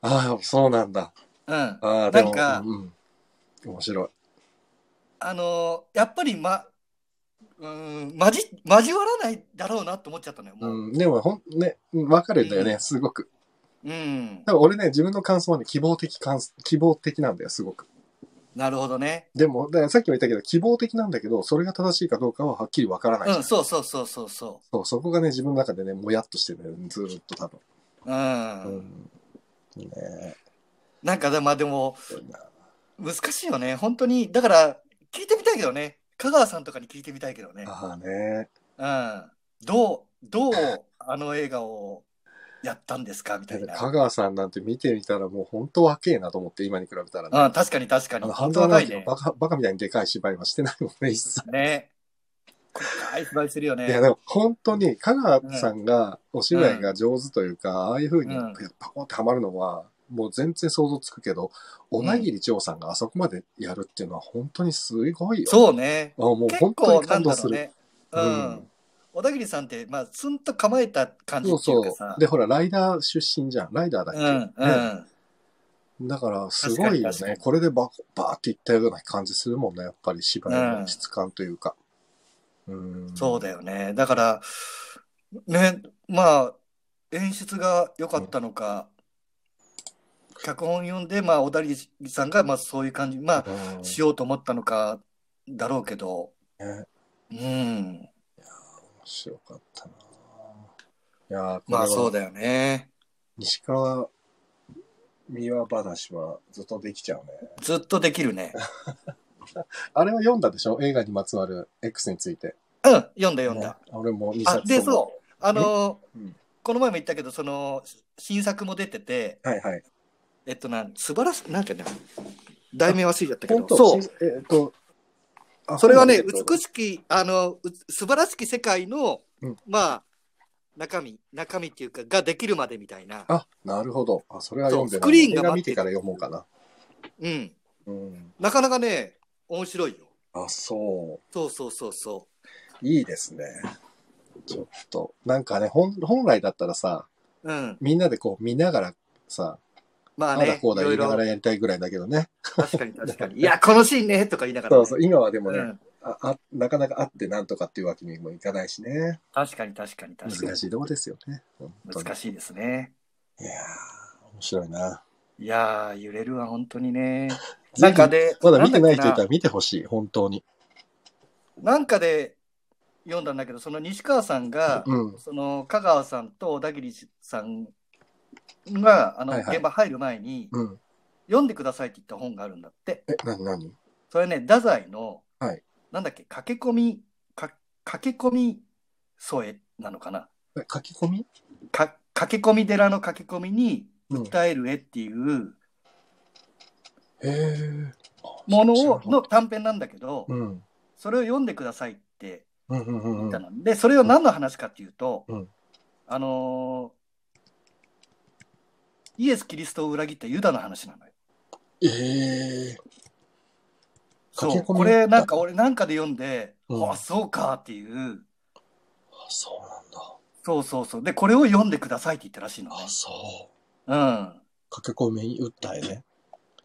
Speaker 1: あそうなんだ
Speaker 2: うん。
Speaker 1: ああでも
Speaker 2: なんか
Speaker 1: うんうん、面白い
Speaker 2: あのーやっぱりま、うん、まじ、交わらないだろうなって思っちゃったのよ、もう。
Speaker 1: うん、でもほん、ね、うん分かるんだよね、
Speaker 2: うん
Speaker 1: すごく。
Speaker 2: うん。
Speaker 1: 多分俺ね、自分の感想はね、希望的感想、希望的なんだよ、すごく。
Speaker 2: なるほどね。
Speaker 1: でも、だからさっきも言ったけど、希望的なんだけど、それが正しいかどうかははっきりわからない、
Speaker 2: うん、そうそうそうそうそ
Speaker 1: そう。そこがね、自分の中でね、もやっとしてるんだよね、ずーっと多分。
Speaker 2: う。うん。
Speaker 1: うん。ねえ
Speaker 2: なんかで、まあでも、
Speaker 1: そうだな
Speaker 2: 難しいよね。本当に。だから、聞いてみたいけどね。香川さんとかに聞いてみたいけどね。
Speaker 1: ああね。
Speaker 2: うん。どう、どう、あの映画をやったんですかみたいな。
Speaker 1: 香川さんなんて見てみたらもう本当若えなと思って、今に比べたらね。
Speaker 2: うん、確かに確か
Speaker 1: あ
Speaker 2: に。
Speaker 1: の、ハ
Speaker 2: 本
Speaker 1: ン
Speaker 2: 当
Speaker 1: ドア
Speaker 2: 若
Speaker 1: ナ
Speaker 2: い
Speaker 1: ーキー
Speaker 2: ね
Speaker 1: バ。カ、バカみたいにでかい芝居はしてないもんね、一切。
Speaker 2: ね。細かい芝居するよね。
Speaker 1: いや、でも本当に香川さんがお芝居が上手というか、ああいう風に
Speaker 2: うん
Speaker 1: パコンってハマるのは、もう全然想像つくけど、小田切長さんがあそこまでやるっていうのは本当にすごいよ。
Speaker 2: そうね。
Speaker 1: あもう
Speaker 2: 結
Speaker 1: 本当
Speaker 2: 構
Speaker 1: に
Speaker 2: な
Speaker 1: 感
Speaker 2: ん
Speaker 1: 動
Speaker 2: だろ
Speaker 1: す
Speaker 2: う
Speaker 1: る。
Speaker 2: ね。うん。
Speaker 1: うん
Speaker 2: 小田切さんって、まあ、すんと構えた感じ
Speaker 1: そう
Speaker 2: ってい
Speaker 1: そう
Speaker 2: かさ
Speaker 1: う。。で、ほら、ライダー出身じゃん。ライダーだっ
Speaker 2: う
Speaker 1: け、
Speaker 2: ん、う
Speaker 1: ね
Speaker 2: ん。
Speaker 1: だから、すごいよ
Speaker 2: 確かに確か
Speaker 1: ね
Speaker 2: に。
Speaker 1: これでバコバーっていったような感じするもんね。やっぱり芝居の質感というか。うん。
Speaker 2: そうだよね。だから、ね、まあ、演出が良かったのか、脚本読んで、まあ、小田切さんが、まあ、そういう感じ、ま
Speaker 1: うん
Speaker 2: あ、しようと思ったのか、だろうけど、
Speaker 1: ね
Speaker 2: うん。
Speaker 1: 面白かったな。いやーこれ
Speaker 2: まあ、そ
Speaker 1: は
Speaker 2: うだよね。
Speaker 1: 西川美和話はずっとできちゃうね。
Speaker 2: ずっとでき るね。
Speaker 1: あれは読んだでしょ映画にまつわる X について。
Speaker 2: うん、読んだ読んだ。
Speaker 1: ね俺も2
Speaker 2: あ
Speaker 1: 冊、とも。
Speaker 2: で、そう。あの、
Speaker 1: うん
Speaker 2: この前も言ったけど、その、新作も出てて、
Speaker 1: はいはい。
Speaker 2: えっとな、素晴らしい、なんかね、題名忘れちゃったけ
Speaker 1: 本
Speaker 2: ど、
Speaker 1: 当
Speaker 2: そう
Speaker 1: し。えっと、あ
Speaker 2: それはね、
Speaker 1: うなんだ
Speaker 2: 美しき、あの、う素晴らしき世界の、
Speaker 1: うん
Speaker 2: まあ、中身、中身っていうか、ができるまでみたいな。
Speaker 1: あ、なるほど。あ、それは読んで
Speaker 2: そうスクリーンが
Speaker 1: 映画
Speaker 2: 待
Speaker 1: 見
Speaker 2: って
Speaker 1: て
Speaker 2: る
Speaker 1: から読もうかな。
Speaker 2: うん。
Speaker 1: うん。
Speaker 2: なかなかね、面白いよ。
Speaker 1: あ、そう。
Speaker 2: そうそうそうそ
Speaker 1: いいですね。ちょっと、なんかね、本本来だったらさ、
Speaker 2: う。うん。
Speaker 1: みんなでこう見ながらさ、
Speaker 2: まあ
Speaker 1: あ
Speaker 2: ね、
Speaker 1: だこうだ
Speaker 2: いろ
Speaker 1: 言
Speaker 2: い
Speaker 1: いながら
Speaker 2: ろ、
Speaker 1: やりたいぐらいだけどね。
Speaker 2: 確かに確かに。いや、このシーンね、とか言いなが
Speaker 1: そ
Speaker 2: らね、
Speaker 1: うそう、今はでもね、
Speaker 2: うん。
Speaker 1: ああなかなか会ってなんとかっていうわけにもいかないしね。
Speaker 2: 確かに確かに確かに
Speaker 1: 難。しいとこですよね。本当に
Speaker 2: 難しいですね。
Speaker 1: いやー、面白いな。
Speaker 2: いやー、揺れるわ、本当にね。なんかで、
Speaker 1: まだ見てない人い
Speaker 2: ん
Speaker 1: た
Speaker 2: だ
Speaker 1: ら
Speaker 2: っ
Speaker 1: 見てほしい、本当に。
Speaker 2: けななんかで読んだんだけど、その西川さんが、
Speaker 1: うん。
Speaker 2: その香川さんと小田切さんがあの、
Speaker 1: はいはい
Speaker 2: 現場入る前に
Speaker 1: うん。
Speaker 2: 読んでくださいって言った本があるんだって
Speaker 1: え、なになに
Speaker 2: それね太宰の、
Speaker 1: はい
Speaker 2: なんだっけ駆け込みか駆け込み添えなのかな
Speaker 1: え書き込み
Speaker 2: か駆け込み寺の駆け込みに
Speaker 1: うん。
Speaker 2: 訴える絵っていう
Speaker 1: へー。
Speaker 2: ものを、
Speaker 1: の
Speaker 2: の短編なんだけど、
Speaker 1: うん。
Speaker 2: それを読んでくださいって
Speaker 1: うんうんうんう
Speaker 2: 言
Speaker 1: ん
Speaker 2: った。の、でそれを何の話かっていうと、
Speaker 1: うん
Speaker 2: あのーイエス・キリストを裏切ったユダの話なのよ。
Speaker 1: えー。
Speaker 2: そ
Speaker 1: 駆
Speaker 2: う、
Speaker 1: け込み
Speaker 2: これなんか俺なんかで読んで、
Speaker 1: うん
Speaker 2: あ、そうかっていう、
Speaker 1: あそうなんだ。
Speaker 2: そうそうそう。で、これを読んでくださいって言ったらしいのね
Speaker 1: あ、。そう。
Speaker 2: うん。
Speaker 1: 駆け込み訴えね。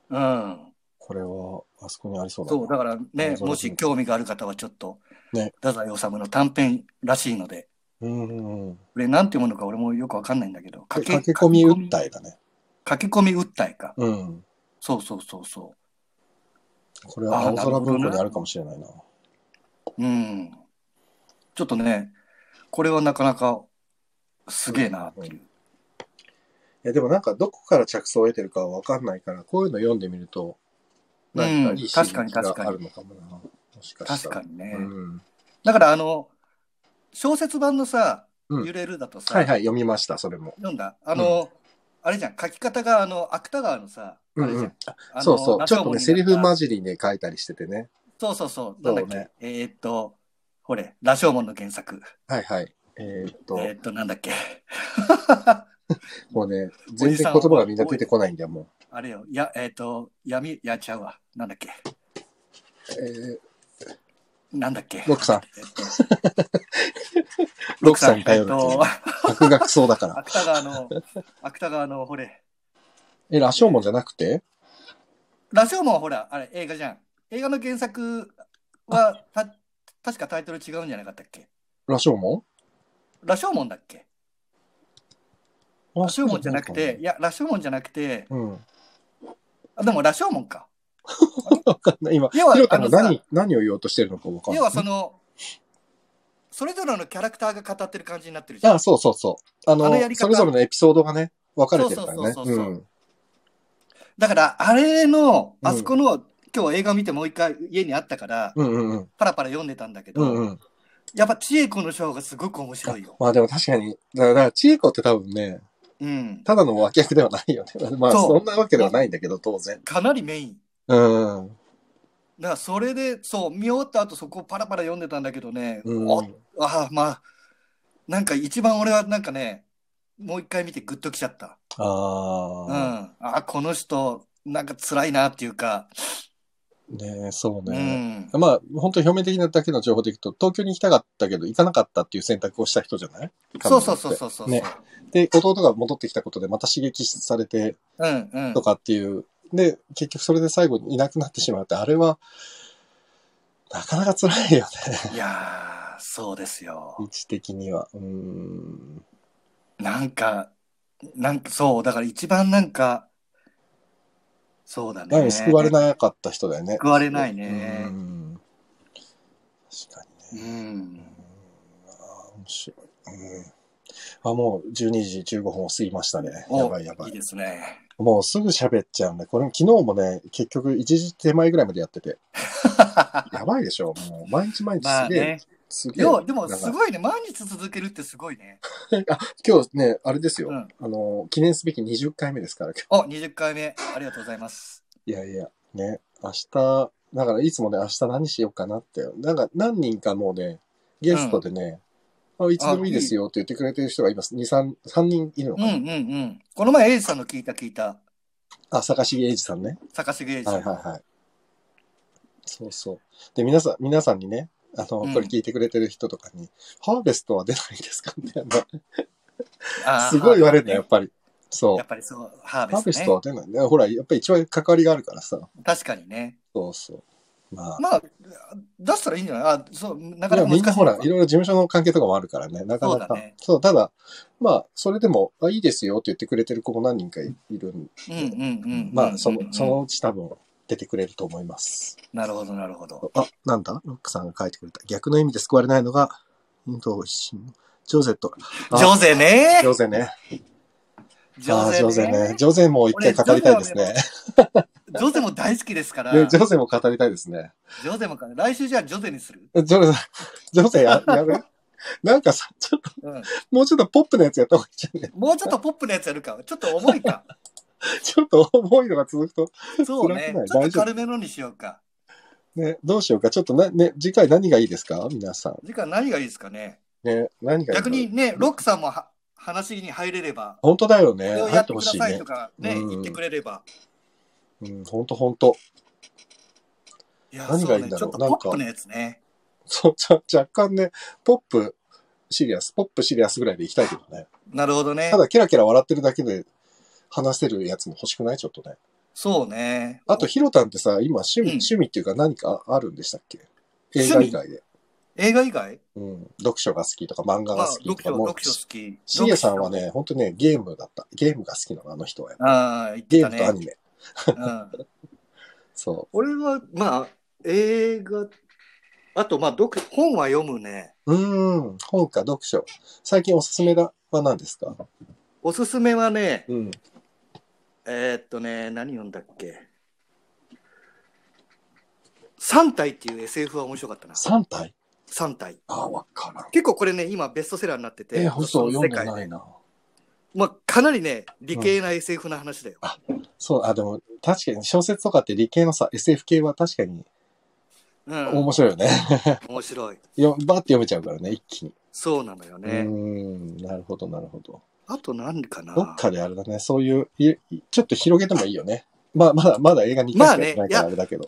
Speaker 2: うん。
Speaker 1: これは、あそこにありそうだな
Speaker 2: そう、だからね、
Speaker 1: そう
Speaker 2: もし興味がある方はちょっと、
Speaker 1: ね
Speaker 2: 太宰治の短編らしいので、
Speaker 1: うんうんうん。
Speaker 2: これなんていうものか俺もよくわかんないんだけど、
Speaker 1: で駆け込み訴えだね。
Speaker 2: 駆け込み訴えか。
Speaker 1: うん。
Speaker 2: そうそうそうそ
Speaker 1: これは
Speaker 2: あ
Speaker 1: 青空文
Speaker 2: な
Speaker 1: 庫
Speaker 2: るほどね
Speaker 1: にあるかもしれないな。
Speaker 2: う。うん。ちょっとね、これはなかなかすげえなっていう。
Speaker 1: いや、でもなんかどこから着想を得てるかはわかんないから、こういうの読んでみると、なんかいい刺激
Speaker 2: うん確かに確
Speaker 1: が
Speaker 2: かに
Speaker 1: あるのかもな。もしかし
Speaker 2: 確
Speaker 1: た。
Speaker 2: からにね。
Speaker 1: うん。
Speaker 2: だからあの小説版のさ「
Speaker 1: うん
Speaker 2: 揺れる」だとさ、
Speaker 1: はいはい、読みました、それも。
Speaker 2: 読んだあの、あれじゃん書き方があの芥川のさあ
Speaker 1: う
Speaker 2: れじゃ
Speaker 1: ん
Speaker 2: ん、
Speaker 1: うん。
Speaker 2: あの
Speaker 1: そうそう。ちょっとね、セリフ混
Speaker 2: ジ
Speaker 1: じりで書いたりしててね。
Speaker 2: そうそうそうなんだっけ、
Speaker 1: そうね
Speaker 2: えーっとほれ「羅生門」の原作
Speaker 1: はいはい。えーっと、
Speaker 2: えーっとなんだっけ
Speaker 1: もうね、
Speaker 2: お
Speaker 1: 全
Speaker 2: じ
Speaker 1: 然
Speaker 2: さん
Speaker 1: 言葉がみんな出てこないんだよ、もう。
Speaker 2: あれよやえーっと闇やっちゃうわなんだっけ
Speaker 1: えー、
Speaker 2: なんだっけ
Speaker 1: ロックさん
Speaker 2: えーっと
Speaker 1: ロクさんに頼る
Speaker 2: え
Speaker 1: と
Speaker 2: ーっと
Speaker 1: 悪学そうだ から。
Speaker 2: 芥川の芥川のほれ
Speaker 1: え、羅生門じゃなくて
Speaker 2: 羅生門はほら、あれ映画じゃん。映画の原作はた確かタイトル違うんじゃなかったっけ
Speaker 1: 羅生門
Speaker 2: 羅生門だっけ羅生門じゃなくて、い。や、羅生門じゃなくて、
Speaker 1: うん。わ
Speaker 2: あでも羅生門か。
Speaker 1: かんない。今、ひ
Speaker 2: 要は
Speaker 1: ろたんが
Speaker 2: あの
Speaker 1: 何、何を言おうとしてるのかわかんない。
Speaker 2: 要はその、それぞれのキャラクターが語ってる感じになってるじゃん。
Speaker 1: あ、そうそうそう。あの、
Speaker 2: あのやり方
Speaker 1: それぞれのエピソードがね、分かれてるからね。
Speaker 2: そうそうそうそう
Speaker 1: うん
Speaker 2: だから、あれの、
Speaker 1: うん
Speaker 2: あそこの今日映画見てもう一回家にあったから、
Speaker 1: うんうんうん。
Speaker 2: パラパラ読んでたんだけど、
Speaker 1: うんうん。
Speaker 2: やっぱ千恵子の章がすごく面白いよ。
Speaker 1: まあでも確かに、だから、だから千恵子って多分ね、
Speaker 2: うん。
Speaker 1: ただの脇役ではないよね。 まあ
Speaker 2: そう
Speaker 1: そんなわけではないんだけど、当然。
Speaker 2: かなりメイン。
Speaker 1: うん。
Speaker 2: だからそれで、そう、見終わった後そこをパラパラ読んでたんだけどね、
Speaker 1: うん。
Speaker 2: おああ、まあ、なんか一番俺はなんかね、もう一回見てグッときちゃった。うん。
Speaker 1: ああ。
Speaker 2: ああ、この人、なんか辛いなっていうか、
Speaker 1: ねえそう
Speaker 2: う
Speaker 1: ね。
Speaker 2: ん。
Speaker 1: まあ、本当に表面的なだけの情報でいくと、東京に行きたかったけど、行かなかったっていう選択をした人じゃない
Speaker 2: そうそうそうそうそう。
Speaker 1: ねで、弟が戻ってきたことでまた刺激されて
Speaker 2: うんうん。
Speaker 1: とかっていう。で、結局それで最後にいなくなってしまうって、あれは、なかなか辛いよね。
Speaker 2: いやー、そうですよ。
Speaker 1: 位置的には。うーん。
Speaker 2: なんか、なんかそう、だから一番なんか、そうだ
Speaker 1: 何
Speaker 2: ね。
Speaker 1: も救われなかった人だよね。
Speaker 2: 救われない
Speaker 1: うん
Speaker 2: ね。
Speaker 1: 確か
Speaker 2: う
Speaker 1: にね。
Speaker 2: ん。
Speaker 1: ああ、面白い。うんあ、もう12時15分を過ぎましたね。
Speaker 2: お
Speaker 1: やばいやば
Speaker 2: い
Speaker 1: い
Speaker 2: い。で すね。
Speaker 1: もうすぐ喋っちゃうんで、これも昨日もね、結局一時手前ぐらいまでやってて。やばいでしょもう毎日毎日
Speaker 2: ますあ
Speaker 1: げえ、
Speaker 2: ね。
Speaker 1: すげえ。
Speaker 2: 要は、でも
Speaker 1: なんか
Speaker 2: すごいね。毎日続けるってすごいね。
Speaker 1: あ、今日ね、あれですよ。
Speaker 2: うん
Speaker 1: あの、記念すべき20回目ですから。今
Speaker 2: お、20回目。ありがとうございます。
Speaker 1: 日いやいや、ね、明日、だからいつもね、明日何しようかなって。なんか何人かもうね、ゲストでね、あいつでもいいですよって言ってくれてる人が今、2、3、3人いるの
Speaker 2: う
Speaker 1: か
Speaker 2: んう
Speaker 1: な、
Speaker 2: んうん。この前、エイジさんの聞いた聞いた。
Speaker 1: あ、坂重英二さんね。
Speaker 2: 坂重エイジ
Speaker 1: は
Speaker 2: さ
Speaker 1: い
Speaker 2: ん。
Speaker 1: はいはい。そうそう。で、皆さん、皆さんにね、あの、
Speaker 2: うん
Speaker 1: これ聞いてくれてる人とかに、ハーベストは出ないですかみたいな。
Speaker 2: あー
Speaker 1: すごい言われるの、や
Speaker 2: や
Speaker 1: っぱり。そう。
Speaker 2: っぱりそう、
Speaker 1: ハ
Speaker 2: ハー
Speaker 1: ーベ
Speaker 2: ベス
Speaker 1: ス
Speaker 2: ト
Speaker 1: ト
Speaker 2: ね。
Speaker 1: は出ないね。ほら、やっぱり一番関わりがあるからさ。
Speaker 2: 確かにね。
Speaker 1: そうそう。まあ、
Speaker 2: まあ、出したらいいんじゃないあ、そう、なか
Speaker 1: いや
Speaker 2: なか難
Speaker 1: みん
Speaker 2: しいの
Speaker 1: な
Speaker 2: か。
Speaker 1: ほら、いろいろ事務所の関係とかもあるからね、なかな
Speaker 2: そうだ
Speaker 1: か
Speaker 2: ね。
Speaker 1: そう、ただ、まあ、それでも、あいいですよって言ってくれてる子も何人かいいるん
Speaker 2: うんうんうんうんうん。
Speaker 1: まあ、その、そのうち多分出てくれると思います。
Speaker 2: なるほど、なるほど。
Speaker 1: あ、なんだロックさんが書いてくれた。逆の意味で救われないのが、インド人、ジョゼット。あ
Speaker 2: ジョゼね
Speaker 1: ジョゼね。
Speaker 2: ジ
Speaker 1: あ
Speaker 2: ョ
Speaker 1: あ、ジョゼ
Speaker 2: ゼ
Speaker 1: ね
Speaker 2: ね。。
Speaker 1: ジョゼも一回語りたいですね。
Speaker 2: ジョゼも大好きですから。
Speaker 1: ねジ
Speaker 2: ジ
Speaker 1: ョゼも語りたいですね。
Speaker 2: ョゼもか。来週じゃあジョゼにする。
Speaker 1: ジョゼ、ジョゼや、やるなんかさ、ちょっと、
Speaker 2: うん。
Speaker 1: もうちょっとポップなやつやった方がいいんじゃない
Speaker 2: もうちょっとポップなやつやるか。ちょっと重いか。
Speaker 1: ちょっと重いのが続くと、
Speaker 2: そう
Speaker 1: 辛
Speaker 2: ね
Speaker 1: くない。
Speaker 2: ちょ
Speaker 1: 大
Speaker 2: っと
Speaker 1: 丈夫
Speaker 2: 軽めのにしようか。
Speaker 1: ね、どうしようか。ちょっとな、ね、次回何がいいですか皆さん。
Speaker 2: 時間何がいいですかね。
Speaker 1: ね、何がいい
Speaker 2: 逆にね、ロックさんもは話に入れれば、
Speaker 1: 本当だよ
Speaker 2: こ
Speaker 1: ね。
Speaker 2: れを
Speaker 1: 入
Speaker 2: やっ
Speaker 1: っててほ
Speaker 2: くだ
Speaker 1: しい
Speaker 2: さい
Speaker 1: ね
Speaker 2: と。かね、
Speaker 1: うん
Speaker 2: 言ってくれれば。
Speaker 1: うん、本当本当
Speaker 2: いや、
Speaker 1: 何
Speaker 2: そ
Speaker 1: が
Speaker 2: う
Speaker 1: いいん
Speaker 2: ね。
Speaker 1: だ
Speaker 2: ち
Speaker 1: ろ
Speaker 2: ょっ
Speaker 1: う
Speaker 2: とポップなやつね。
Speaker 1: そう、ちゃ若干ね、ポップ、シリアス、ポップシリアスぐらいでいきたいけどね。
Speaker 2: なるほどね
Speaker 1: た。だ、ケラケラ笑ってるだけで話せるやつも欲しくないちょっとね。
Speaker 2: そうね。
Speaker 1: あと、ヒロタンってさ、今、趣味、
Speaker 2: うん
Speaker 1: 趣味っていうか何かあるんでしたっけ映
Speaker 2: 趣
Speaker 1: 画
Speaker 2: 味
Speaker 1: 以外で。
Speaker 2: 映画以外
Speaker 1: うん。読書が好きとか、漫画が
Speaker 2: まあ
Speaker 1: 好、きと
Speaker 2: 読
Speaker 1: か
Speaker 2: 書、
Speaker 1: も
Speaker 2: 読書好き。
Speaker 1: シゲさんはね、本当ね、ゲームだった。ゲームが好きなの、あの人は。
Speaker 2: ああ、言って
Speaker 1: ゲ
Speaker 2: た
Speaker 1: ームとアニ
Speaker 2: ね。
Speaker 1: メ。
Speaker 2: うん
Speaker 1: そ
Speaker 2: 俺は、まあ、映画、あと、まあ、読本は読むね。
Speaker 1: う。うーん、本か読書。最近おすすめだは何ですか
Speaker 2: おすすめはね、
Speaker 1: うん。
Speaker 2: えーっとね、何読んだっけ。三体っていう SF は面白かったな。
Speaker 1: 3体
Speaker 2: 三体。
Speaker 1: ああ、わからん。
Speaker 2: 結構これね、今ベストセラーになってて、
Speaker 1: えー、嘘、
Speaker 2: の
Speaker 1: 読んでないな。
Speaker 2: まあ、かなりね、理系な SF の話だよ。
Speaker 1: そう、あ、でも、確かに小説とかって理系のさ、SF 系は確かに
Speaker 2: うん。
Speaker 1: 面白いよね。
Speaker 2: 面白い。
Speaker 1: よバーって読めちゃうからね、一気に。
Speaker 2: そうなのよ
Speaker 1: うー
Speaker 2: ね。
Speaker 1: ん、なるほど、なるほど。
Speaker 2: あと何かな。
Speaker 1: どっかであれだね、そういう、いちょっと広げてもいいよね。まあ、まだ、まだ映画2
Speaker 2: まあ
Speaker 1: 回しかやってない
Speaker 2: ね
Speaker 1: からあれだけど、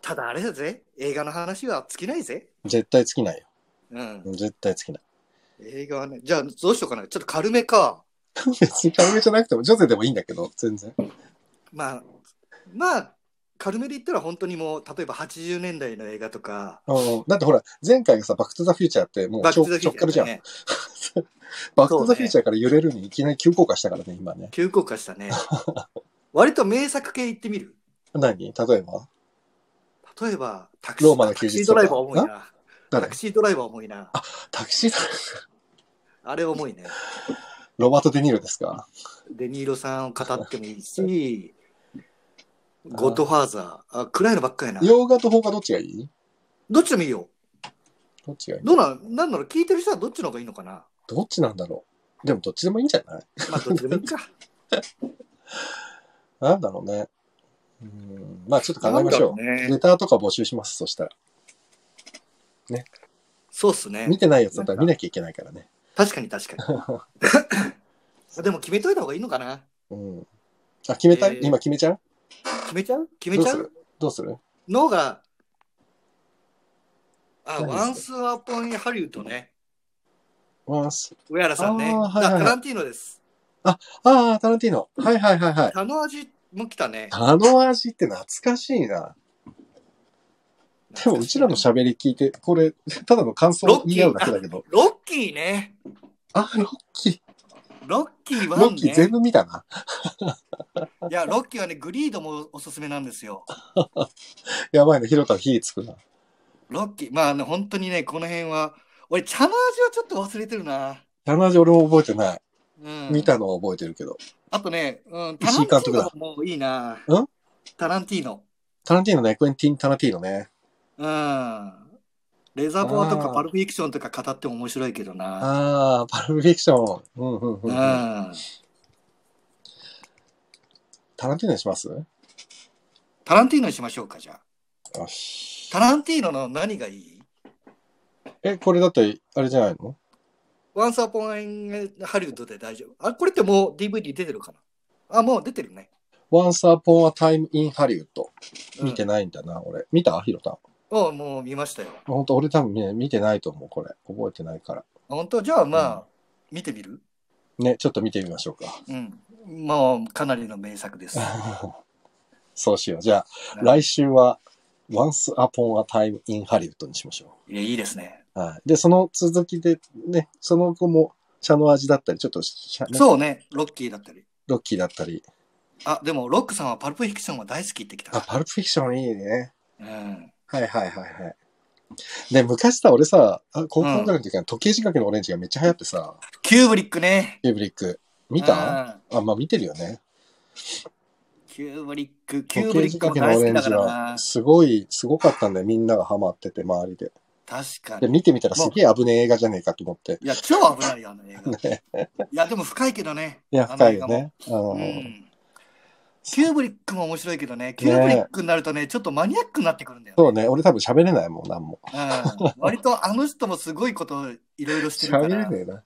Speaker 2: ただあれだぜ。映画の話は尽きないぜ。
Speaker 1: 絶対尽きないよ。
Speaker 2: うん。
Speaker 1: 絶対尽きない。
Speaker 2: 映画はね、じゃあどうしようかな。ちょっと軽めか。
Speaker 1: 別に軽めじゃなくても、女性でもいいんだけど、全然。
Speaker 2: まあ、まあ、軽めで言ったら本当にもう、例えば80年代の映画とか、
Speaker 1: うんだってほら、前回がさ、バックトゥザフューチャーってもう
Speaker 2: バック
Speaker 1: 直
Speaker 2: トゥザ
Speaker 1: 直
Speaker 2: フューチャ
Speaker 1: 角
Speaker 2: ー
Speaker 1: じゃ
Speaker 2: だ
Speaker 1: ん。
Speaker 2: ね。
Speaker 1: バックトゥザフューチャーから揺れるにいきなり急降下したからね、今ね。
Speaker 2: 急降下 したね。割と名作系行ってみる
Speaker 1: 何例えば
Speaker 2: 例えば、タクシー
Speaker 1: ローマの休
Speaker 2: タクシ
Speaker 1: 日
Speaker 2: ー
Speaker 1: と
Speaker 2: ド
Speaker 1: か
Speaker 2: ライバー重いな。
Speaker 1: 誰
Speaker 2: タクシードライバー重いな。あ
Speaker 1: タクシードライ
Speaker 2: れ重いね。
Speaker 1: バーロバート・デ・ニーロですか
Speaker 2: デニーロさんを語ってもいいし、ゴッドファーザー。あ、暗いのばっかりな。
Speaker 1: 洋画と邦画どっちがいい
Speaker 2: どっちでもいいよ。
Speaker 1: どっちがいい
Speaker 2: どうなん、なんだろう、聞いてる人はどっちの方がいいのかな。
Speaker 1: どっちなんだろうでもどっちでもいいんじゃない
Speaker 2: まあ、どっちでもい いか。
Speaker 1: なんだろうね。うん。まあちょっと考
Speaker 2: な
Speaker 1: え
Speaker 2: ん
Speaker 1: ま
Speaker 2: だ
Speaker 1: しょ
Speaker 2: ろう
Speaker 1: う。
Speaker 2: ね。
Speaker 1: ネタとか募集します、そしたら。
Speaker 2: そうっすね
Speaker 1: 見。てないやつだったら見なきゃいけないからね。
Speaker 2: 確かに確かに。でも決めといた方がいいのかな。
Speaker 1: うん。あ、決めたい、
Speaker 2: えー
Speaker 1: 今決めちゃう
Speaker 2: 決めちゃう決
Speaker 1: どう
Speaker 2: めちゃ
Speaker 1: す
Speaker 2: う
Speaker 1: るどうする
Speaker 2: のが、あ、
Speaker 1: 何
Speaker 2: ワンスアポンハリウッドね。
Speaker 1: ワンス。
Speaker 2: 上原さん
Speaker 1: あ
Speaker 2: ね。
Speaker 1: ー
Speaker 2: だ
Speaker 1: はいはいはい
Speaker 2: タランティーノです。
Speaker 1: ああ、タランティーノ。はいはいはいはい。
Speaker 2: あの味も来たね。
Speaker 1: あの味って懐かしいな。でもうちらの喋り聞いて、これ、ただの感想を言い合うだけだけど。
Speaker 2: ロッキーね。
Speaker 1: あ、ロッキー。
Speaker 2: ロッキーはね。
Speaker 1: ロッキー全部見たな。
Speaker 2: いや、ロッキーはね、グリードもおすすめなんですよ。
Speaker 1: やばいな、ヒロタ火つくな。
Speaker 2: ロッキー、まあ、ね、本当にね、この辺は、俺、茶の味はちょっと忘れてるな。
Speaker 1: あの味俺も覚えてない。
Speaker 2: うん、
Speaker 1: 見たのは覚えてるけど。
Speaker 2: あとね、うん、タラ
Speaker 1: 石井
Speaker 2: ンティ
Speaker 1: 監
Speaker 2: ー
Speaker 1: 督
Speaker 2: ノ
Speaker 1: だ
Speaker 2: ももういいな。
Speaker 1: うん
Speaker 2: タランティーノ。
Speaker 1: タランティーノね、クエンティン・タランティーノね。
Speaker 2: うん。レザーボアと
Speaker 1: あ
Speaker 2: か
Speaker 1: ー
Speaker 2: パルプフィクションとか語っても面白いけどな。
Speaker 1: あー、パルプフィクション。うんうんう
Speaker 2: うん
Speaker 1: ん。タランティーノにします
Speaker 2: タランティーノにしましょうか、じゃあ。
Speaker 1: よし。
Speaker 2: タランティーノの何がいい
Speaker 1: え、これだって、あれじゃないの
Speaker 2: ワンサポンハリウッドで大丈夫。あ、これってもう DVD 出てるかなあ、もう出てるね。
Speaker 1: ?Once Upon a Time in Hollywood。
Speaker 2: うん
Speaker 1: 見てないんだな、俺。見たヒロタ。
Speaker 2: おもう見ましたよ。
Speaker 1: ほんと、俺多分ね、見てないと思う、これ。覚えてないから。
Speaker 2: 本当じゃあまあ、見てみる
Speaker 1: ね、ちょっと見てみましょうか。
Speaker 2: うん。もうかなりの名 作です。
Speaker 1: そうしよう。じゃあ、
Speaker 2: は
Speaker 1: 来
Speaker 2: い
Speaker 1: 週は Once Upon a Time in Hollywood にしましょ
Speaker 2: いや、いいですね。
Speaker 1: う。はい。で、その続きで、ね、その後も、茶の味だったり、ちょっとシャ、
Speaker 2: そうね、ロッキーだったり。
Speaker 1: ロッキーだったり。
Speaker 2: あ、でもロックさんはパルプフィクションは大好きってき
Speaker 1: あ、
Speaker 2: た。
Speaker 1: パルプフィクションいいね。
Speaker 2: うん。
Speaker 1: はいはいはいはい。ね、昔さ、俺さ、あ高校ぐらいの時は時計仕掛けのオレンジがめっちゃ流行ってさ、
Speaker 2: キューブリックね。
Speaker 1: ケーブリック。見た
Speaker 2: うん
Speaker 1: あ、まあ見てるよね。
Speaker 2: キューブリック、キュ
Speaker 1: 時
Speaker 2: ーブ
Speaker 1: 計
Speaker 2: リ
Speaker 1: 仕
Speaker 2: ック
Speaker 1: 掛
Speaker 2: も
Speaker 1: けのオレ
Speaker 2: 大好き
Speaker 1: ン
Speaker 2: だ
Speaker 1: ジ
Speaker 2: から
Speaker 1: は
Speaker 2: な、。
Speaker 1: すごい、すごかったんだよ。みんながハマってて、周りで。
Speaker 2: 確か
Speaker 1: で、
Speaker 2: に。
Speaker 1: 見てみたらすげえ危ねえ映画じゃねえかと思って。
Speaker 2: いや、超危ないよ、あの映 画。いや、でも深いけどね。
Speaker 1: いや、
Speaker 2: あの
Speaker 1: 深い
Speaker 2: 映
Speaker 1: よ
Speaker 2: 画も
Speaker 1: ね。あの
Speaker 2: うんキューブリックも面白いけどね、キューブリックになるとね、ちょっとマニアックになってくるんだよ、
Speaker 1: そうね、俺多分喋れないもん、なんも。
Speaker 2: うん割とあの人もすごいこといろいろしてるか
Speaker 1: 喋れ
Speaker 2: ら。
Speaker 1: ねえな。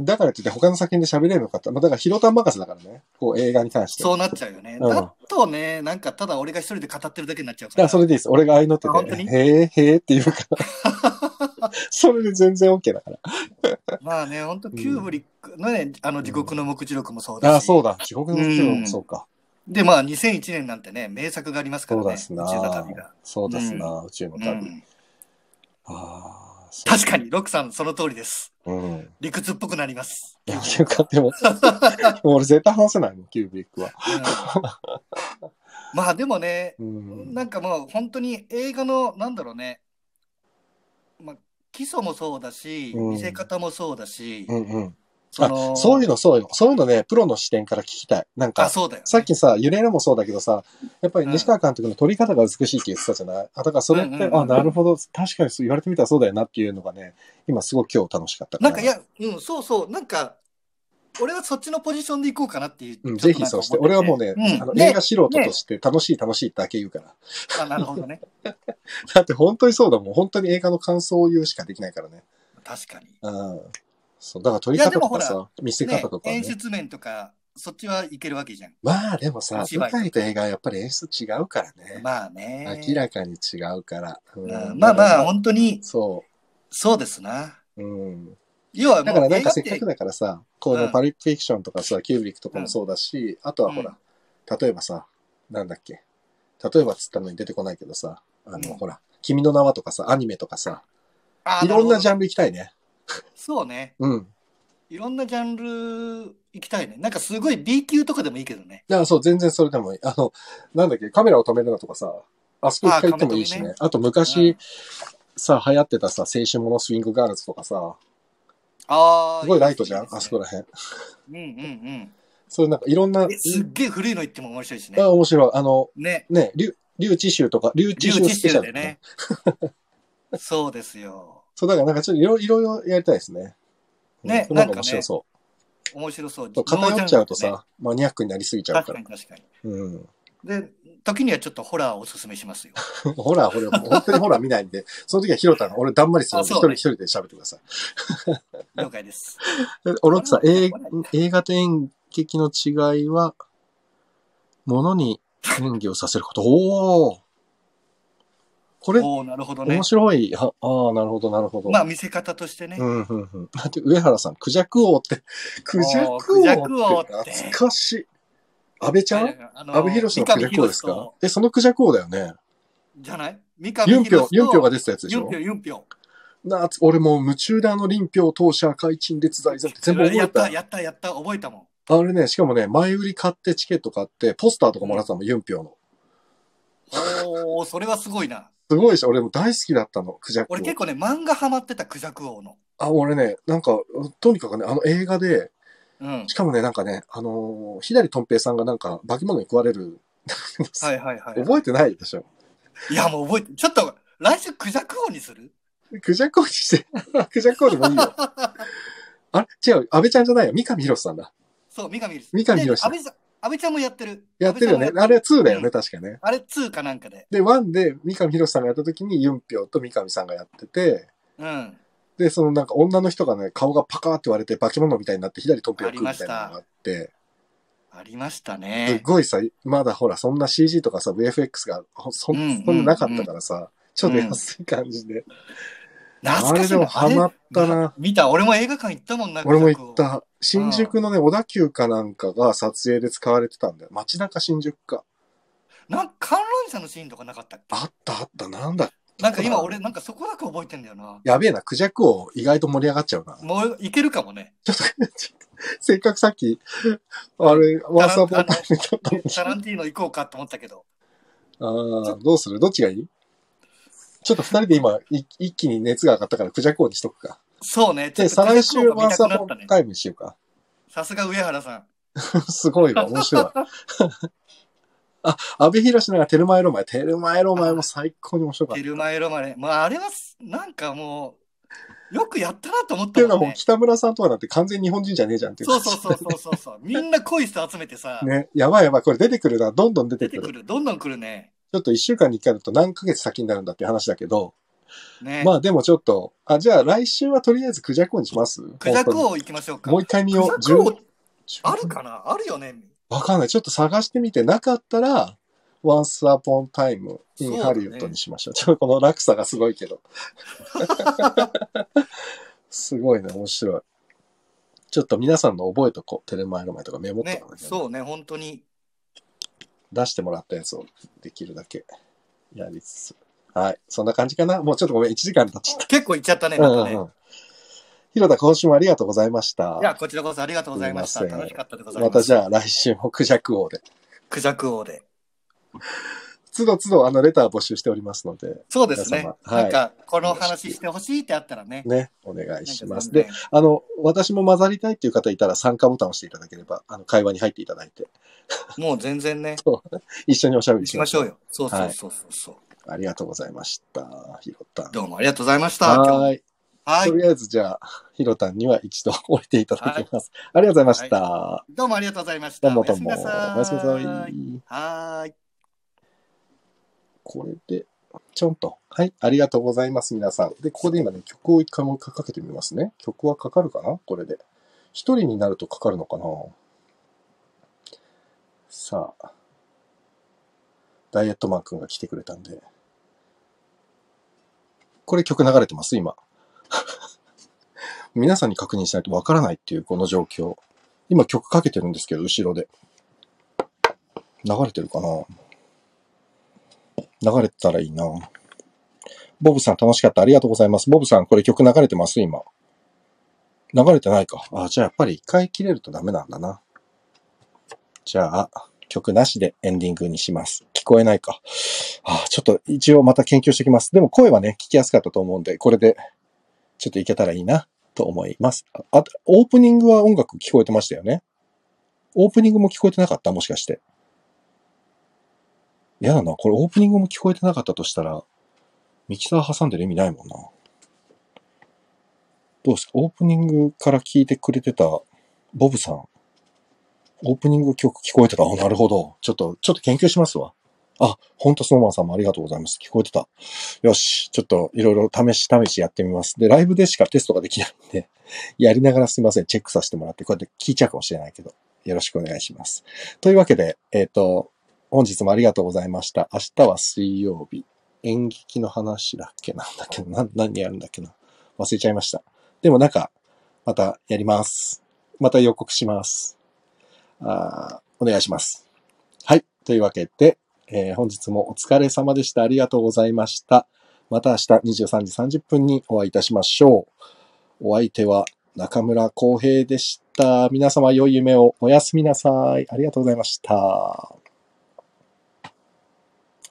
Speaker 1: だからって言って他の作品で喋れるのかって。まあ、だから、ヒロタン任せだからね。こう、映画に関して。
Speaker 2: そうなっちゃうよね。
Speaker 1: うん
Speaker 2: だとね、なんかただ俺が一人で語ってるだけになっちゃうか
Speaker 1: い
Speaker 2: ら。
Speaker 1: や、それでいいです。俺が合いの手
Speaker 2: あ本当
Speaker 1: で、
Speaker 2: に
Speaker 1: へえ、へえって言うから。 それで全然 OK だから。
Speaker 2: まあね、本当キューブリックのね、あの地獄の目次録もそうだし。
Speaker 1: ああ、そうだ。地獄の地
Speaker 2: うん
Speaker 1: 獄そうか。
Speaker 2: で、まあ2001年なんてね、名作がありますから
Speaker 1: そ
Speaker 2: ね。
Speaker 1: うです
Speaker 2: 宇宙の
Speaker 1: な
Speaker 2: 旅が。。
Speaker 1: そうですな、宇宙の旅。
Speaker 2: うん
Speaker 1: ああ、そう
Speaker 2: 確かに、ロックさん、その通りです。
Speaker 1: うん。
Speaker 2: 理屈っぽくなります。
Speaker 1: いや、よか ったよ。もう俺絶対話せないもん、キュービックは。
Speaker 2: うんまあでもね、
Speaker 1: うん。
Speaker 2: なんかもう本当に映画の、なんだろうね、まあ、基礎もそうだし、
Speaker 1: うん
Speaker 2: 見せ方もそうだし、
Speaker 1: うんうん。
Speaker 2: そ
Speaker 1: あ、
Speaker 2: の
Speaker 1: そういうの、そういうの。そういうのね、プロの視点から聞きたい。なん
Speaker 2: あ、
Speaker 1: か、
Speaker 2: そうだよ、ね。
Speaker 1: さっきさ、揺れるもそうだけどさ、やっぱり西川監督の撮り方が美しいって言ってたじゃないあ、だからそれっ
Speaker 2: うん
Speaker 1: て、
Speaker 2: うんうん
Speaker 1: あ、なるほど、確かにそう言われてみたらそうだよなっていうのがね、今すごく今日楽しかったから。
Speaker 2: なんか、いや、うん、そうそう、なんか、俺はそっちのポジションで行こうかなっていう。
Speaker 1: うん、
Speaker 2: ちょ
Speaker 1: ぜ
Speaker 2: っと
Speaker 1: ひ
Speaker 2: なんか
Speaker 1: そうして、
Speaker 2: 思っ
Speaker 1: 俺はもうね、
Speaker 2: うん
Speaker 1: あの
Speaker 2: ね
Speaker 1: 映画素人として楽しい楽しいだけ言うから。
Speaker 2: あ、なるほどね。
Speaker 1: だって本当にそうだもん。本当に映画の感想を言うしかできないからね。
Speaker 2: 確かに。
Speaker 1: うん。そう、だから撮り
Speaker 2: いやで
Speaker 1: 方
Speaker 2: も
Speaker 1: と
Speaker 2: ほ
Speaker 1: からさ、見せ
Speaker 2: ね
Speaker 1: 方と、かね。
Speaker 2: 演出面とか、そっちはいけるわけじゃん。
Speaker 1: まあでもさ
Speaker 2: お、芝
Speaker 1: 舞
Speaker 2: 居とか
Speaker 1: 台と映画はやっぱり演出違うからね。
Speaker 2: まあね。
Speaker 1: 明らかに違うから。うん
Speaker 2: うんまあまあ、本当に、
Speaker 1: そ
Speaker 2: そうですな。
Speaker 1: う。うん。
Speaker 2: 要はも
Speaker 1: だ
Speaker 2: う
Speaker 1: からなん
Speaker 2: 映
Speaker 1: か
Speaker 2: 画
Speaker 1: せっかくだからさ、こ
Speaker 2: う
Speaker 1: の
Speaker 2: ん
Speaker 1: パルプフィクションとかさ、キューブリックとかもそうだし、あとはほら、例えばさ、なんだっけ。例えばっつったのに出てこないけどさ、あの、
Speaker 2: うん
Speaker 1: ほら、君の名はとかさ、アニメとかさ、
Speaker 2: あ
Speaker 1: いろんなジ
Speaker 2: ャン
Speaker 1: ャンル行きたいね。
Speaker 2: ル。そうね。
Speaker 1: うん。
Speaker 2: いろんなジャンル行きたいね。なんかすごい B 級とかでもいいけどね。
Speaker 1: だからそう、全然それでもいい。あの、なんだっけ、カメラを止めるなとかさ、あそこ一回行ってもいいし
Speaker 2: あカメ
Speaker 1: ね。
Speaker 2: 止め
Speaker 1: あと昔、さ、流行ってたさ、青春ものスイングガールズとかさ、
Speaker 2: ああ。
Speaker 1: すごいライトじゃん、
Speaker 2: でね
Speaker 1: あそこら辺。
Speaker 2: うんうんうん。
Speaker 1: そういうなんかいろんな、
Speaker 2: えすっげえ古いの言っても面白いしね
Speaker 1: あ、。面白い。あの、
Speaker 2: ね。
Speaker 1: ね、竜、竜知州とか、竜知
Speaker 2: 留
Speaker 1: 州
Speaker 2: 置
Speaker 1: ス
Speaker 2: し
Speaker 1: ペ
Speaker 2: て
Speaker 1: シャ
Speaker 2: る
Speaker 1: ル
Speaker 2: で
Speaker 1: とかね
Speaker 2: ね。。そうですよ。
Speaker 1: そう、だからなんかちょっといろいろいろやりたいですね。
Speaker 2: ね
Speaker 1: うんそんな
Speaker 2: なんん
Speaker 1: か
Speaker 2: かね
Speaker 1: 面白そ
Speaker 2: 面白そう。
Speaker 1: う。偏っちゃうとさ、マニアックになりすぎち
Speaker 2: ノ
Speaker 1: ゃ
Speaker 2: ー
Speaker 1: う
Speaker 2: ジ
Speaker 1: から。
Speaker 2: ャンルね。確かに確かに。
Speaker 1: うん。
Speaker 2: で、時にはちょっとホラーをおすすめしますよ。
Speaker 1: ホラー、ホラー、本当にホラー見ないんで、その時はヒロタが俺だんまりするんで
Speaker 2: あ
Speaker 1: 一
Speaker 2: そう
Speaker 1: 人
Speaker 2: ね
Speaker 1: 一人で喋ってください。
Speaker 2: 了解です。
Speaker 1: で俺ってさ、
Speaker 2: ホラ
Speaker 1: 映
Speaker 2: ーは
Speaker 1: 映画と演劇の違いは、ものに演技をさせること。おおこれ、
Speaker 2: おおなるほどね
Speaker 1: 面。白い。あああ、なるほど、なるほど。
Speaker 2: まあ見せ方としてね。
Speaker 1: うんうんうん。だって上原さん、クジャク王 って、クジャク
Speaker 2: クジャク
Speaker 1: 王
Speaker 2: 王
Speaker 1: っ
Speaker 2: ってて
Speaker 1: 懐かしい。安倍ちゃん
Speaker 2: あの
Speaker 1: 安倍博士のクジャク王です
Speaker 2: 三上
Speaker 1: か
Speaker 2: 博
Speaker 1: え、そのクジャク王だよね。
Speaker 2: 士とじゃない三上
Speaker 1: ユンピョ
Speaker 2: 博
Speaker 1: ウ
Speaker 2: 士、と
Speaker 1: ユンピョウが出てたやつでし
Speaker 2: ユン
Speaker 1: ょ
Speaker 2: ピョウ、ユンピョウ。
Speaker 1: な俺もう夢中であの臨氷、当社、海陳列財全部全部覚
Speaker 2: や
Speaker 1: え
Speaker 2: ったた、。やった、やった、覚えたもん。
Speaker 1: あれね、しかもね、前売り買って、チケット買って、ポスターとかもらってたの、ユンピョウの。
Speaker 2: おおそれはすごいな。
Speaker 1: すごいでしょ俺も大好きだったの、クジャク王
Speaker 2: 俺。結構ね、漫画ハマってたクジャク王の。
Speaker 1: あ、俺ね、なんか、とにかくね、あの映画で、
Speaker 2: うん
Speaker 1: し。かもね、なんかね、あのー、左とん平さんがなんか、化け物に食われる。
Speaker 2: はいはいはい。
Speaker 1: 覚えてないでしょ
Speaker 2: いや、もう覚えて、ちょっと、来週クジャク王にする
Speaker 1: クジャコに して、クジャコでもいいよ。あれ違う、安倍ちゃんじゃないよ。三上博さんだ。
Speaker 2: そう、三上博士。
Speaker 1: 三上博士
Speaker 2: で安倍さん、安倍ちゃんもやってる。
Speaker 1: やってるよね
Speaker 2: 安。倍ちゃんもや
Speaker 1: あれは2だよ
Speaker 2: う
Speaker 1: ね、確かね。
Speaker 2: あれ2かなんかで。
Speaker 1: で、1で三上博さんがやった時に、ユンピョウと三上さんがやってて、
Speaker 2: うん。
Speaker 1: で、そのなんか女の人がね、顔がパカーって割れて化け物みたいになって、左とん平を食うみたいなのがあって、
Speaker 2: ありました
Speaker 1: す
Speaker 2: ね。
Speaker 1: ごいさ、まだほら、そんな CG とかさ、VFX がほそ
Speaker 2: うんうんうん
Speaker 1: んそんななかったからさ、ちょっと安い感じで。
Speaker 2: 懐かしいな。
Speaker 1: あれでもハマったな
Speaker 2: あれ。見た、俺も映画館行ったもんな。
Speaker 1: 俺も行っ
Speaker 2: クジャク王。
Speaker 1: た。新宿のね、小田急かなんかが撮影で使われてたんだよ。街中新宿か。
Speaker 2: なんか観覧車のシーンとかなかったっけ
Speaker 1: あったあった、なんだ。
Speaker 2: なんか今俺なんかそこだけ覚えてんだよな。
Speaker 1: やべえな、クジャクを意外と盛り上がっちゃうな。
Speaker 2: もういけるかもね。
Speaker 1: せっかくさっき、あれ、ワーサーポーターに撮ったのに
Speaker 2: タランティーノ行こうかと思ったけど。
Speaker 1: ああ、どうするどっちがいいちょっと二人で今、い一気に熱が上がったから、クジャク王にしとくか。
Speaker 2: そうね。
Speaker 1: で、
Speaker 2: ちょっ
Speaker 1: 再
Speaker 2: と
Speaker 1: 来
Speaker 2: クジャ
Speaker 1: 週
Speaker 2: ク王が
Speaker 1: ワ
Speaker 2: 見
Speaker 1: ー
Speaker 2: た
Speaker 1: サ
Speaker 2: く
Speaker 1: ー
Speaker 2: な
Speaker 1: ポ
Speaker 2: っ
Speaker 1: ー
Speaker 2: た
Speaker 1: タ
Speaker 2: ね
Speaker 1: ータイムにしようか。
Speaker 2: さすが上原さん。
Speaker 1: すごいわ、 面白い。あ、安倍博士ながテルマエロマエ。テルマエロマエも最高に面白かった。
Speaker 2: テ
Speaker 1: っ
Speaker 2: ルマエロマネ。まああれはす、なんかもう、よくやったなと思って
Speaker 1: いうの
Speaker 2: た
Speaker 1: は
Speaker 2: もん
Speaker 1: もう
Speaker 2: ね。
Speaker 1: 北村さんとはだって完全に日本人じゃねえじゃんっていう感
Speaker 2: そう
Speaker 1: じ。
Speaker 2: そうそうそうそうそう。みんな恋して集めてさ、
Speaker 1: ね、やばいやばい、これ出てくるな、どんどん出て
Speaker 2: 出
Speaker 1: く
Speaker 2: て
Speaker 1: る。
Speaker 2: くる。どんどん来るね。
Speaker 1: ちょっと一週間に一回だと何ヶ月先になるんだっていう話だけど、
Speaker 2: ね。
Speaker 1: まあでもちょっと、あ、じゃあ来週はとりあえずクジャク王にします
Speaker 2: クジャク
Speaker 1: 本
Speaker 2: 王行きましょう
Speaker 1: 当
Speaker 2: か。
Speaker 1: にもう一回見よう。
Speaker 2: クジャク王
Speaker 1: 10
Speaker 2: あるかなあるよね。
Speaker 1: わかんない。ちょっと探してみて、なかったら、Once Upon Time in
Speaker 2: そうだね
Speaker 1: Hollywood にしましょう。ちょっとこの落差がすごいけ ど。 すごいね、面白い。ちょっと皆さんの覚えとこう。テレマエロマエとかメモっと
Speaker 2: ね
Speaker 1: か、なきゃね
Speaker 2: そうね、本当に。
Speaker 1: 出してもらったやつをできるだけやりつつ。はい。そんな感じかな。もうちょっとごめん、1時間経っちゃった。
Speaker 2: 結構行っちゃったね、
Speaker 1: う
Speaker 2: なん
Speaker 1: ん
Speaker 2: かね。
Speaker 1: うんうん。広田、今週もありがとうございました。
Speaker 2: いや、こちらこそありがとうございまし
Speaker 1: す
Speaker 2: た。
Speaker 1: いません
Speaker 2: 楽しかったでございます。
Speaker 1: またじゃあ来週もクジャク王で。
Speaker 2: クジャク王で。
Speaker 1: つどつどあのレター募集しておりますので、
Speaker 2: そうです
Speaker 1: 皆。
Speaker 2: ね
Speaker 1: 様はい
Speaker 2: なんか、この話してほしいってあったらね。
Speaker 1: ね、お願いします。
Speaker 2: なん
Speaker 1: で、
Speaker 2: か
Speaker 1: あの、私も混ざりたいっていう方いたら参加ボタンを押していただければ、あの、会話に入っていただいて、
Speaker 2: 全然もう全然ね、
Speaker 1: 一緒におしゃべり
Speaker 2: 行
Speaker 1: し
Speaker 2: き
Speaker 1: ま
Speaker 2: ま
Speaker 1: し
Speaker 2: し
Speaker 1: ょう。
Speaker 2: ょうよ。そうそうそうそうそう。
Speaker 1: ありがとうございました。ひろたん。
Speaker 2: どうもありがとうございました。今日も
Speaker 1: はーい。
Speaker 2: はい
Speaker 1: と。りあえずじゃあ、ひろたんには一度降りていただきます。ありがとうございました。
Speaker 2: どうもありがとうございました。
Speaker 1: どうもどうも。
Speaker 2: おやすみなさい。
Speaker 1: おやすみなさい。
Speaker 2: はーい。
Speaker 1: これで、ちょんと。はい。ありがとうございます、皆さん。で、ここで今ね、曲を一回もう一回かけてみますね。曲はかかるかなこれで。一人になるとかかるのかなさあ。ダイエットマン君が来てくれたんで。これ曲流れてます今。 皆さんに確認しないとわからないっていうこの状況。今曲かけてるんですけど、後ろで。流れてるかな流れてたらいいな。ボブさん楽しかった。ありがとうございます。ボブさん、これ曲流れてます今。流れてないか。あ、じゃあやっぱり一回切れるとダメなんだな。じゃあ、曲なしでエンディングにします。聞こえないか。あ、ちょっと一応また研究してきます。でも声はね、聞きやすかったと思うんで、これでちょっといけたらいいなと思います。あ、あとオープニングは音楽聞こえてましたよね。オープニングも聞こえてなかったもしかして。嫌だな。これオープニングも聞こえてなかったとしたら、ミキサー挟んでる意味ないもんな。どうですかオープニングから聞いてくれてたボブさん。オープニング曲聞こえてた。あ、なるほど。ちょっと、ちょっと研究しますわ。あ、ほんとスノーマンさんもありがとうございます。聞こえてた。よし、ちょっといろいろ試し試しやってみます。で、ライブでしかテストができないんで、やりながらすいません。チェックさせてもらって、こうやって聞いちゃうかもしれないけど、よろしくお願いします。というわけで、えっ、と、本日もありがとうございました。明日は水曜日。演劇の話だっけなんだっけな 何やるんだっけな忘れちゃいました。でもなんか、またやります。また予告します。あーお願いします。はい。というわけで、えー本日もお疲れ様でした。ありがとうございました。また明日23時30分にお会いいたしましょう。お相手は中村浩平でした。皆様良い夢をおやすみなさい。ありがとうございました。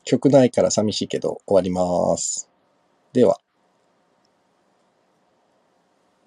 Speaker 1: 曲ないから寂しいけど終わります。では。